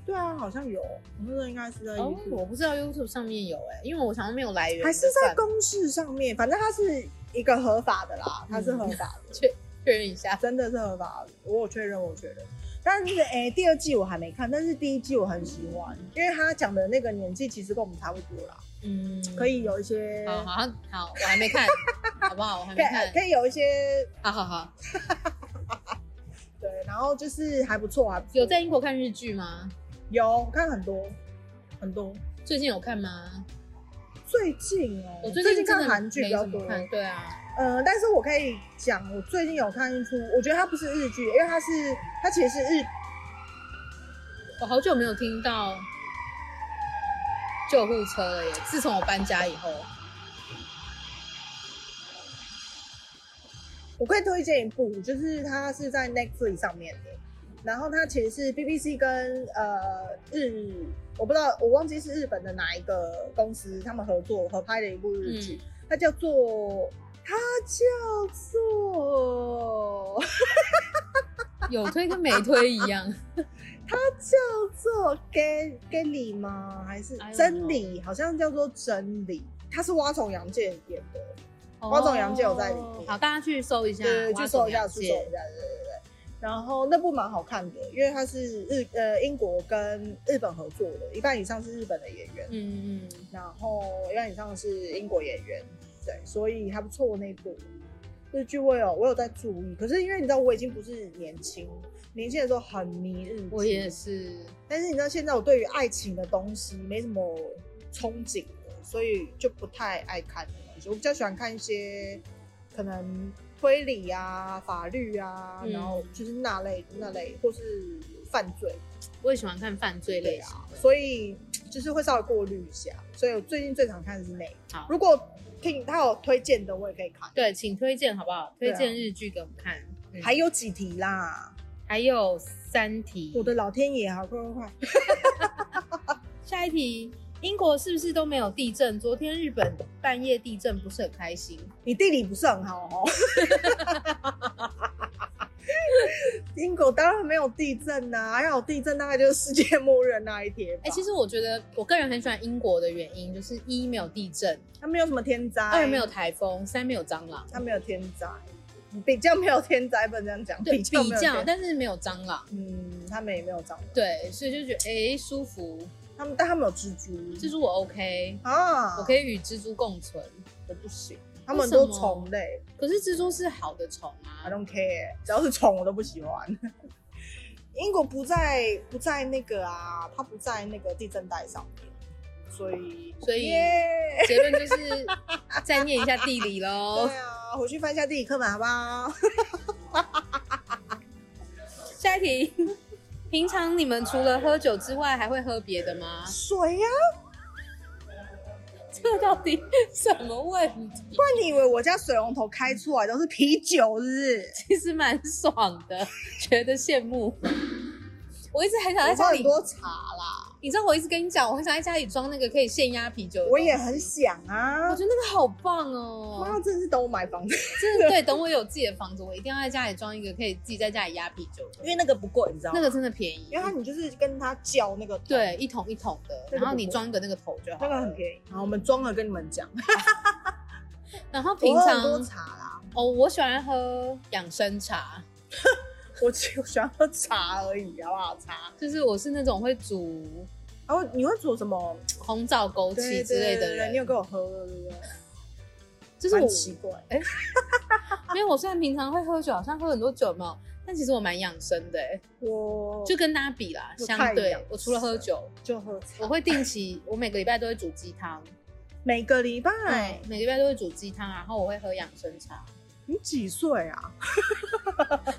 Speaker 2: 对啊，好像有，我那时候应该是在
Speaker 1: 哦，
Speaker 2: YouTube，、
Speaker 1: 我不知道 YouTube 上面有哎、因为我常常没有来源的
Speaker 2: 还
Speaker 1: 算。
Speaker 2: 是在公式上面，反正它是一个合法的啦，它是合法的，
Speaker 1: 确认一下。
Speaker 2: 真的是合法的，我有确认，我有确认。但是哎、第二季我还没看，但是第一季我很喜欢，因为他讲的那个年纪其实跟我们差不多啦，
Speaker 1: 嗯，
Speaker 2: 可以有一些，
Speaker 1: 好 好好，我还没看，好不好？我还
Speaker 2: 可
Speaker 1: 没
Speaker 2: 以呃
Speaker 1: 看，
Speaker 2: 可以有一些
Speaker 1: 好好好。
Speaker 2: 对，然后就是还不错，还不错
Speaker 1: 有在英国看日剧吗？
Speaker 2: 有我看很多很多，
Speaker 1: 最近有看吗？
Speaker 2: 最近哦，
Speaker 1: 我
Speaker 2: 最
Speaker 1: 最
Speaker 2: 看
Speaker 1: 真的
Speaker 2: 韩剧比
Speaker 1: 没
Speaker 2: 较
Speaker 1: 怎
Speaker 2: 多
Speaker 1: 么，看，对啊，
Speaker 2: 呃，但是我可以讲，我最近有看一出，我觉得它不是日剧，因为它是它其实是日
Speaker 1: 我好久没有听到救护车了耶！自从我搬家以后，
Speaker 2: 我可以推荐一部，就是它是在 Netflix 上面的，然后它其实是 BBC 跟呃日，我不知道我忘记是日本的哪一个公司他们合作合拍的一部日剧，
Speaker 1: 嗯
Speaker 2: 它叫做它叫做
Speaker 1: 有推跟没推一 样。
Speaker 2: 它叫做 Gay Gay 吗？还是
Speaker 1: I don't know
Speaker 2: 真理？好像叫做真理，它是蛙虫洋介演的，汪总洋介有在里面
Speaker 1: 哦好，大家去搜一下，
Speaker 2: 对，去搜一下，
Speaker 1: 蛙
Speaker 2: 去
Speaker 1: 总
Speaker 2: 搜一
Speaker 1: 洋
Speaker 2: 下，对对
Speaker 1: 介
Speaker 2: 对。然后那部蛮好看的，因为它是日呃英国跟日本合作的，一半以上是日本的演员，
Speaker 1: 嗯嗯嗯，
Speaker 2: 然后一半以上是英国演员，对，所以还不错那部。日剧我有我有在注意，可是因为你知道我已经不是年轻，年轻的时候很迷日剧，
Speaker 1: 我也是，
Speaker 2: 但是你知道现在我对于爱情的东西没什么憧憬了，所以就不太爱看那东西。我比较喜欢看一些可能推理啊、法律啊，
Speaker 1: 嗯
Speaker 2: 然后就是那类那类，或是犯罪
Speaker 1: 我也喜欢看犯罪
Speaker 2: 对
Speaker 1: 类
Speaker 2: 啊
Speaker 1: 型。，
Speaker 2: 所以就是会稍微过滤一下。所以我最近最常看的是那个。
Speaker 1: 好，
Speaker 2: 如果听他有推荐的，我也可以看。
Speaker 1: 对，请推荐好不好？
Speaker 2: 啊对
Speaker 1: 推
Speaker 2: 啊
Speaker 1: 荐日剧给我们看。嗯
Speaker 2: 还有几题啦，
Speaker 1: 还有三题，
Speaker 2: 我的老天爷，好快快快！
Speaker 1: 下一题，英国是不是都没有地震？昨天日本半夜地震，不是很开心。
Speaker 2: 你地理不是很好哦。 英国当然没有地震呐、啊，要有地震大概就是世界末日那一天吧。
Speaker 1: 哎、其实我觉得我个人很喜欢英国的原因，就是一没有地震，
Speaker 2: 它没有什么天灾，
Speaker 1: 二哎没有，台风，三没有蟑螂。
Speaker 2: 它没有天灾，比较没有天灾，不能这样讲。
Speaker 1: 对，
Speaker 2: 较
Speaker 1: 比
Speaker 2: 没有
Speaker 1: 较，
Speaker 2: 天，
Speaker 1: 但是没有蟑螂。
Speaker 2: 嗯，他们也没有蟑螂，
Speaker 1: 对，所以就觉得哎、舒服。
Speaker 2: 他们但他们有蜘蛛，
Speaker 1: 蜘蛛我 OK，、
Speaker 2: 啊，
Speaker 1: 我可以与蜘蛛共存。
Speaker 2: 我不行，他们很多虫类
Speaker 1: 可是蜘蛛是好的虫啊
Speaker 2: ，I。don't care，只要是虫我都不喜欢。英国不在不在那个啊，它不在那个地震带上面，所以
Speaker 1: 所以
Speaker 2: 耶
Speaker 1: 结论就是再念一下地理 喽
Speaker 2: 对。啊，回去翻一下地理课本好不好？
Speaker 1: 下一题，平常你们除了喝酒之外，还会喝别的吗？
Speaker 2: 水啊呀、
Speaker 1: 这到底什么问题？
Speaker 2: 不然你以为我家水龙头开出来都是啤酒是不是？
Speaker 1: 其实蛮爽的，觉得羡慕。我一直很想在
Speaker 2: 我
Speaker 1: 家
Speaker 2: 喝很
Speaker 1: 里，
Speaker 2: 多茶啦，
Speaker 1: 你知道我一直跟你讲，我很想在家里装那个可以现压啤酒的东西。
Speaker 2: 我也很想啊
Speaker 1: 我。觉得那个好棒哦！
Speaker 2: 妈，真的是等我买房子，
Speaker 1: 真的对，等我有自己的房子，我一定要在家里装一个可以自己在家里压啤酒的
Speaker 2: 因，为那个不贵，你知道吗？
Speaker 1: 那个真的便宜
Speaker 2: 因为。它你就是跟他叫那个，，
Speaker 1: 对，一桶一桶的，
Speaker 2: 那个
Speaker 1: 然后
Speaker 2: 不
Speaker 1: 你
Speaker 2: 贵
Speaker 1: 装个那个头就好
Speaker 2: 那。个很便宜。然后我们装了跟你们讲，
Speaker 1: 然后平
Speaker 2: 我喝很多
Speaker 1: 常
Speaker 2: 茶啦，
Speaker 1: 哦，我喜欢喝养生茶，
Speaker 2: 我只喜欢喝茶而已，好不好？茶。
Speaker 1: 就是我是那种会煮
Speaker 2: 然后你会煮什么
Speaker 1: 红枣枸
Speaker 2: 对
Speaker 1: 杞之哦类
Speaker 2: 对
Speaker 1: 的
Speaker 2: 对
Speaker 1: 人，
Speaker 2: 你有给我喝了，对不对？
Speaker 1: 就是
Speaker 2: 蛮奇
Speaker 1: 我，
Speaker 2: 怪，哎
Speaker 1: 因为我虽然平常会喝酒，好像喝很多酒嘛，但其实我蛮养生的、欸，
Speaker 2: 我
Speaker 1: 就跟大家比啦，
Speaker 2: 我
Speaker 1: 相
Speaker 2: 太
Speaker 1: 对
Speaker 2: 养生
Speaker 1: 我除了喝酒，
Speaker 2: 就喝茶。
Speaker 1: 我会定期，我每个礼拜都会煮鸡汤，
Speaker 2: 每个礼拜
Speaker 1: 嗯，，每个礼拜都会煮鸡汤，然后我会喝养生茶，
Speaker 2: 你几岁啊？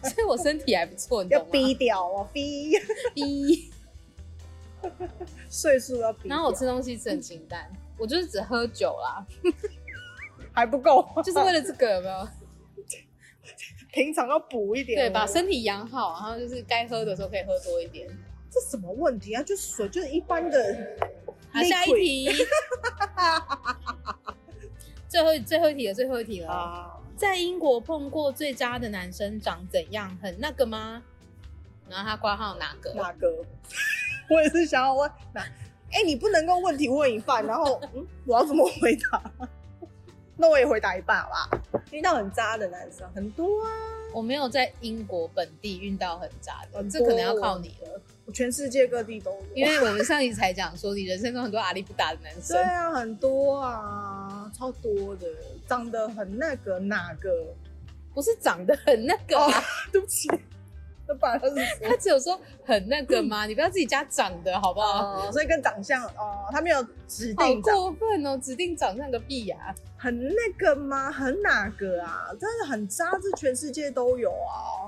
Speaker 1: 所以我身体还不错，你
Speaker 2: 要
Speaker 1: 懂吗？
Speaker 2: 逼掉哦，逼
Speaker 1: 逼，
Speaker 2: 岁数要逼掉。
Speaker 1: 然后我吃东西吃很清淡，我就是只喝酒啦，
Speaker 2: 还不够，啊
Speaker 1: 就是为了这个有没有？
Speaker 2: 平常要补一点。哦
Speaker 1: 对，把身体养好，然后就是该喝的时候可以喝多一点。
Speaker 2: 这什么问题啊？就水，就是一般的。
Speaker 1: 好，下一
Speaker 2: Liquid
Speaker 1: 题， 最后最后一题了，最后一题了。
Speaker 2: 啊，
Speaker 1: 在英国碰过最渣的男生长怎样？很那个吗？然后他挂号哪个？
Speaker 2: 哪个？我也是想要问哪。哎、你不能够问题问一半，然后嗯，我要怎么回答？ 那我也回答一半好吧。遇到很渣的男生很多啊，
Speaker 1: 我没有在英国本地遇到很渣的，
Speaker 2: 很
Speaker 1: 这
Speaker 2: 多
Speaker 1: 可能要靠你了，
Speaker 2: 我全世界各地都有。
Speaker 1: 因为我们上一集才讲说，你人生中很多阿力不打的男生
Speaker 2: 对，啊，很多啊，超多的，长得很那个哪个？哦
Speaker 1: 不是长得很那个、啊，
Speaker 2: 对不起，那把他是谁？
Speaker 1: 他只有说很那个 吗？你不要自己加长的好不好？
Speaker 2: 哦，所以跟长相哦，他没有指
Speaker 1: 好
Speaker 2: 定长，
Speaker 1: 过分哦，指定长相个屁呀、
Speaker 2: 很那个吗？很哪个啊？真的很渣，这全世界都有啊。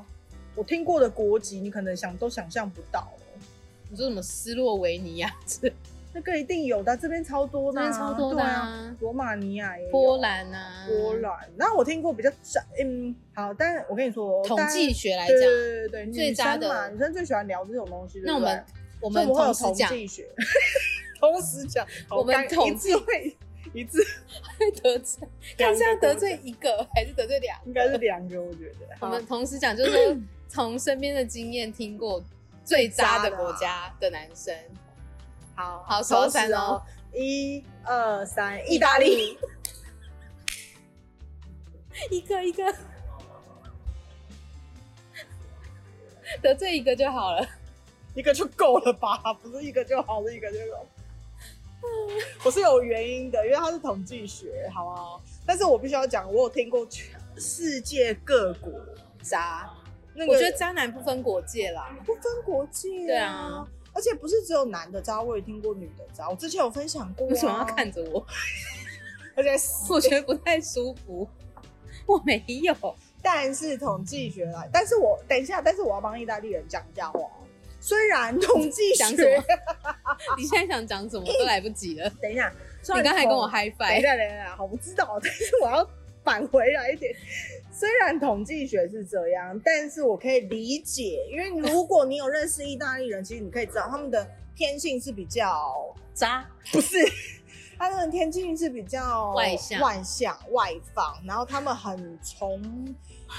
Speaker 2: 我听过的国籍，你可能想都想象不到哦，
Speaker 1: 你说什么斯洛维尼啊亚之类的
Speaker 2: 那个一定有的，这边超多的、
Speaker 1: 那
Speaker 2: 啊，
Speaker 1: 边超多的
Speaker 2: 对啊，
Speaker 1: 啊，
Speaker 2: 罗马尼亚也有
Speaker 1: 波。兰啊，
Speaker 2: 波兰，那我听过比较渣，嗯，好，但我跟你说，哦
Speaker 1: 统
Speaker 2: 但
Speaker 1: 计学来
Speaker 2: 对
Speaker 1: 讲，
Speaker 2: 对对对，
Speaker 1: 最
Speaker 2: 女
Speaker 1: 渣
Speaker 2: 生嘛，
Speaker 1: 的
Speaker 2: 女生最喜欢聊这种东西。对
Speaker 1: 那我
Speaker 2: 不对啊
Speaker 1: 们我
Speaker 2: 所以
Speaker 1: 们
Speaker 2: 我会
Speaker 1: 同
Speaker 2: 有
Speaker 1: 时
Speaker 2: 统
Speaker 1: 讲
Speaker 2: 计学， 同时讲，好
Speaker 1: 我们
Speaker 2: 尴
Speaker 1: 统
Speaker 2: 一次会一次
Speaker 1: 会得罪，
Speaker 2: 两
Speaker 1: 看
Speaker 2: 个
Speaker 1: 是要得罪一个还是得罪两个？
Speaker 2: 应该是两个，我觉得。
Speaker 1: 我
Speaker 2: 好
Speaker 1: 们同时讲，就是 说从身边的经验听过最渣的啊国家的男生，
Speaker 2: 好
Speaker 1: 好数到
Speaker 2: 同
Speaker 1: 三
Speaker 2: 时
Speaker 1: 哦
Speaker 2: 哦，一二三，意大利，
Speaker 1: 一个一个 得罪一个就好了。
Speaker 2: 一个就够了吧？ 不是一个就好，是一个就 够。我是有原因的，因为它是统计学，好不好？但是我必须要讲，我有听过全世界各国
Speaker 1: 渣，
Speaker 2: 那个，
Speaker 1: 我觉得渣男不分国界啦，
Speaker 2: 不分国界、
Speaker 1: 对啊，
Speaker 2: 而且不是只有男的渣，我也听过女的渣。我之前有分享过、啊，
Speaker 1: 为什么要？看着我？
Speaker 2: 而且
Speaker 1: 我觉得不太舒服。 我没有，
Speaker 2: 但是统计学来，但是我等一下，但是我要帮意大利人讲一下话。虽然统计
Speaker 1: 讲什
Speaker 2: 学
Speaker 1: 么，你现在想讲什么都来不及了。
Speaker 2: 等一下，虽
Speaker 1: 你
Speaker 2: 然
Speaker 1: 刚才跟我
Speaker 2: 统
Speaker 1: 嗨
Speaker 2: 等一
Speaker 1: 翻，
Speaker 2: 下，等一下，好，我知道， 但是我要返回来一点。虽然统计学是这样，但是我可以理解，因为如果你有认识意大利人，其实你可以知道他们的天性是比较
Speaker 1: 渣，
Speaker 2: 不是，他们的天性是比较
Speaker 1: 外向
Speaker 2: 外向、外放，然后他们很崇，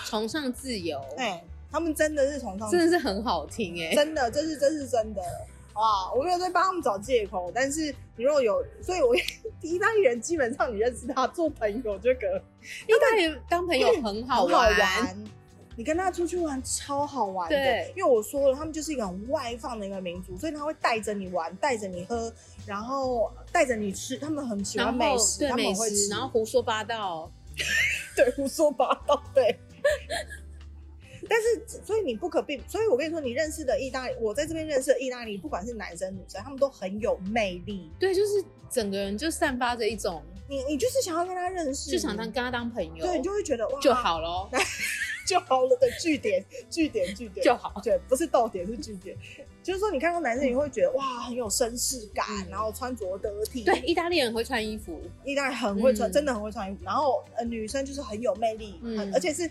Speaker 1: 崇尚自由，
Speaker 2: 哎、他们真的是崇尚
Speaker 1: 真的是很好听哎、
Speaker 2: 真的，这是这是真的啊！我没有在帮他们找借口，但是你如果有，所以我 意大利人基本上你认识他做朋友这个
Speaker 1: 因为他也当朋友很好
Speaker 2: 很
Speaker 1: 玩，
Speaker 2: 玩。你跟他出去玩超好玩的
Speaker 1: 对，
Speaker 2: 因为我说了，他们就是一个很外放的一个民族，所以他会带着你玩，带着你喝，然后带着你吃，他们很喜欢
Speaker 1: 然
Speaker 2: 美
Speaker 1: 后
Speaker 2: 食，
Speaker 1: 对
Speaker 2: 他们
Speaker 1: 美
Speaker 2: 很会
Speaker 1: 食，
Speaker 2: 吃，
Speaker 1: 然后胡说八道，
Speaker 2: 对胡说八道，对。 但是，所以你不可避，所以我跟你说，你认识的意大利，我在这边认识的意大利，不管是男生女生，他们都很有魅力。
Speaker 1: 对，就是整个人就散发着一种
Speaker 2: 你你就是想要跟他认识，
Speaker 1: 就想当跟他当朋友，
Speaker 2: 对，你就会觉得哇
Speaker 1: 就好咯，
Speaker 2: 就好了的据点，据点，据点
Speaker 1: 就好。
Speaker 2: 对，不是逗点，是据点。就是说，你看到男生，你会觉得哇，很有绅士感，
Speaker 1: 嗯
Speaker 2: 然后穿着得体，
Speaker 1: 对，，意大利人会穿衣服，
Speaker 2: 意大利很会穿，
Speaker 1: 嗯
Speaker 2: 真的很会穿衣服。然后呃，女生就是很有魅力，
Speaker 1: 嗯
Speaker 2: 很而且是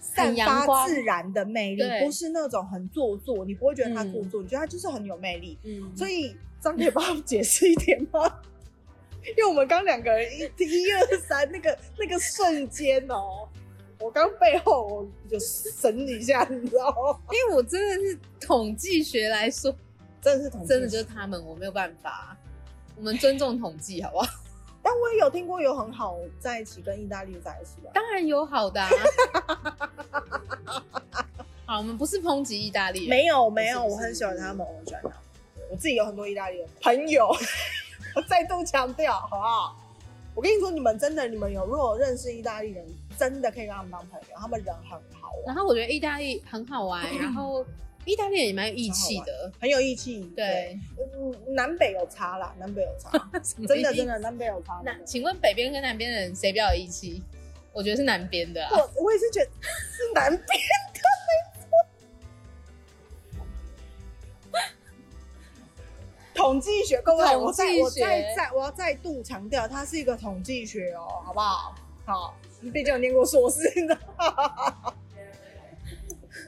Speaker 2: 散
Speaker 1: 很阳
Speaker 2: 发
Speaker 1: 光
Speaker 2: 自然的魅力，
Speaker 1: 对
Speaker 2: 不是那种很做作，你不会觉得她做作，你觉得她就是很有魅力。
Speaker 1: 嗯，
Speaker 2: 所
Speaker 1: 以
Speaker 2: 以张可以帮我们解释一点吗？因为我们刚两个人一一二三那个那个瞬间哦，我刚背后我就神一下，你知道吗？
Speaker 1: 因为我真的是统计学来说，
Speaker 2: 真的是同
Speaker 1: 真的
Speaker 2: 志
Speaker 1: 就是他们，我没有办法。我们尊重统计，好不 好？
Speaker 2: 但我也有听过有很好在一起跟意大利在一起的，
Speaker 1: 当然有好的、啊。好，我们不是抨击意大利人，
Speaker 2: 没有没
Speaker 1: 是
Speaker 2: 有，
Speaker 1: 不是嗯
Speaker 2: 我很喜欢他们，我很喜欢他们。我自己有很多意大利人朋友， 我再度强调，好不好？我跟你说，你们真的，你们有如果认识意大利人，真的可以跟他们当朋友，他们人很好玩，
Speaker 1: 然后我觉得意大利很好 玩，然后意大利人也蛮有义气的，
Speaker 2: 很有义气。
Speaker 1: 对，
Speaker 2: 嗯，南北有差啦，南北有 差，
Speaker 1: 什么
Speaker 2: 真的
Speaker 1: 义气
Speaker 2: 真的。南北有差。
Speaker 1: 那
Speaker 2: 真的
Speaker 1: 请问北边跟南边的人谁比较有义气？我觉得是南边 的啊，
Speaker 2: 我我也是觉得是南北，没错。统计学，各位，我再我
Speaker 1: 统计学
Speaker 2: 再再我要再度强调，它是一个统计学哦，好不好？好，毕竟我念过硕士， 你知道吗，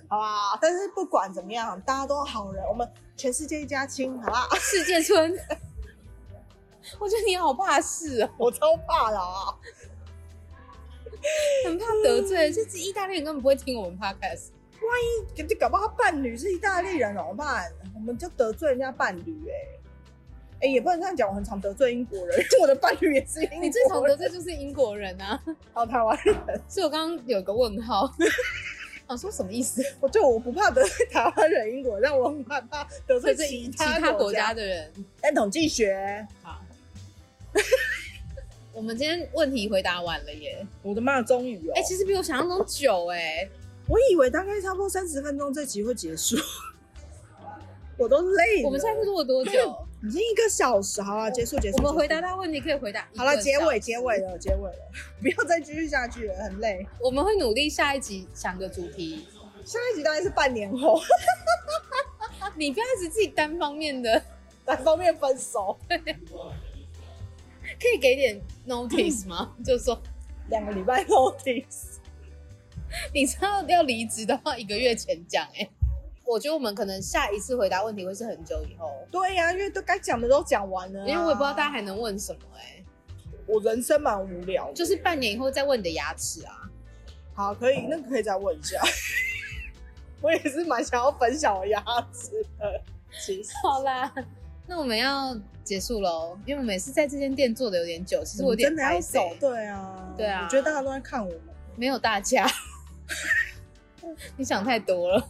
Speaker 2: 好吧？但是不管怎么样，大家都好人，我们全世界一家亲，好吧？
Speaker 1: 世界村。 我觉得你好怕事哦，
Speaker 2: 我超怕了啊！
Speaker 1: 很怕得罪。这意大利人根本不会听我们 podcast，
Speaker 2: 就哦搞不好他伴侣是意大利人怎么办？我们就得罪人家伴侣哎、哎、也不能这样讲，我很常得罪英国人，因为我的伴侣也是英国人。
Speaker 1: 你最常得罪就是英国人啊，
Speaker 2: 好台湾人，
Speaker 1: 所以我刚刚有个问号， 想说什么意 思？
Speaker 2: 我就我不怕得罪台湾人、英国人，但我很怕怕得罪
Speaker 1: 得罪
Speaker 2: 其
Speaker 1: 其
Speaker 2: 他
Speaker 1: 他国
Speaker 2: 国
Speaker 1: 家。的人。
Speaker 2: 但统计学，
Speaker 1: 好，我们今天问题回答完了耶，
Speaker 2: 我的妈，终于哦！
Speaker 1: 哎、其实比我想象中久哎、
Speaker 2: 我以为大概差不多三十分钟这集会结束， 我都累了。
Speaker 1: 我们现在是录了 多久？
Speaker 2: 已经一个小时，好了，结束结束。
Speaker 1: 我们
Speaker 2: 结束
Speaker 1: 回答他问题可以回答一个
Speaker 2: 好了，结
Speaker 1: 小
Speaker 2: 尾
Speaker 1: 时
Speaker 2: 结尾，了，结尾了， 不要再继续下去了，很累。
Speaker 1: 我们会努力下一集想个主题。
Speaker 2: 下一集大概是半年后，
Speaker 1: 你不要一直自己单方面的，
Speaker 2: 单方面分手，
Speaker 1: 可以给点 notice 吗？
Speaker 2: 嗯
Speaker 1: 就是说，
Speaker 2: 两个礼拜后停。
Speaker 1: 你知道要离职的话，一个月前讲哎、我觉得我们可能下一次回答问题会是很久以后，
Speaker 2: 对呀、因为都该讲的都讲完了啊、
Speaker 1: 因为我也不知道大家还能问什么哎、
Speaker 2: 我人生蛮无聊的。
Speaker 1: 就是半年以后再问你的牙齿啊。
Speaker 2: 好，可以，那个可以再问一下。 我也是蛮想要分享我牙齿的，其实
Speaker 1: 好啦，那我们要结束喽，因为我们每次在这间店做的有点久，其实我有点
Speaker 2: 真的要
Speaker 1: 开
Speaker 2: 走
Speaker 1: 心，，
Speaker 2: 对啊，
Speaker 1: 对啊
Speaker 2: 我觉得大家都在看我们。
Speaker 1: 没有大家， 你想太多了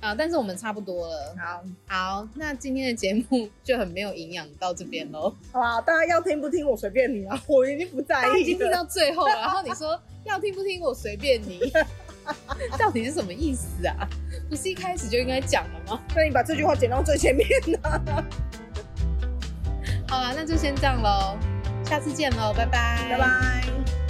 Speaker 1: 啊！但是我们差不多了，
Speaker 2: 好，
Speaker 1: 好，那今天的节目就很没有营养，到这边喽。
Speaker 2: 好啦，大家要听不听我随便你啊，我已经不在
Speaker 1: 大家已
Speaker 2: 意
Speaker 1: 经听啊
Speaker 2: 了。
Speaker 1: 到最后了，然后你说要听不听我随便你， 到底是什么意思啊？不是一开始就应该讲了吗？
Speaker 2: 那你把这句话剪到最前面啊
Speaker 1: 啊好啦，那就先这样喽，下次见喽，拜拜，
Speaker 2: 拜拜。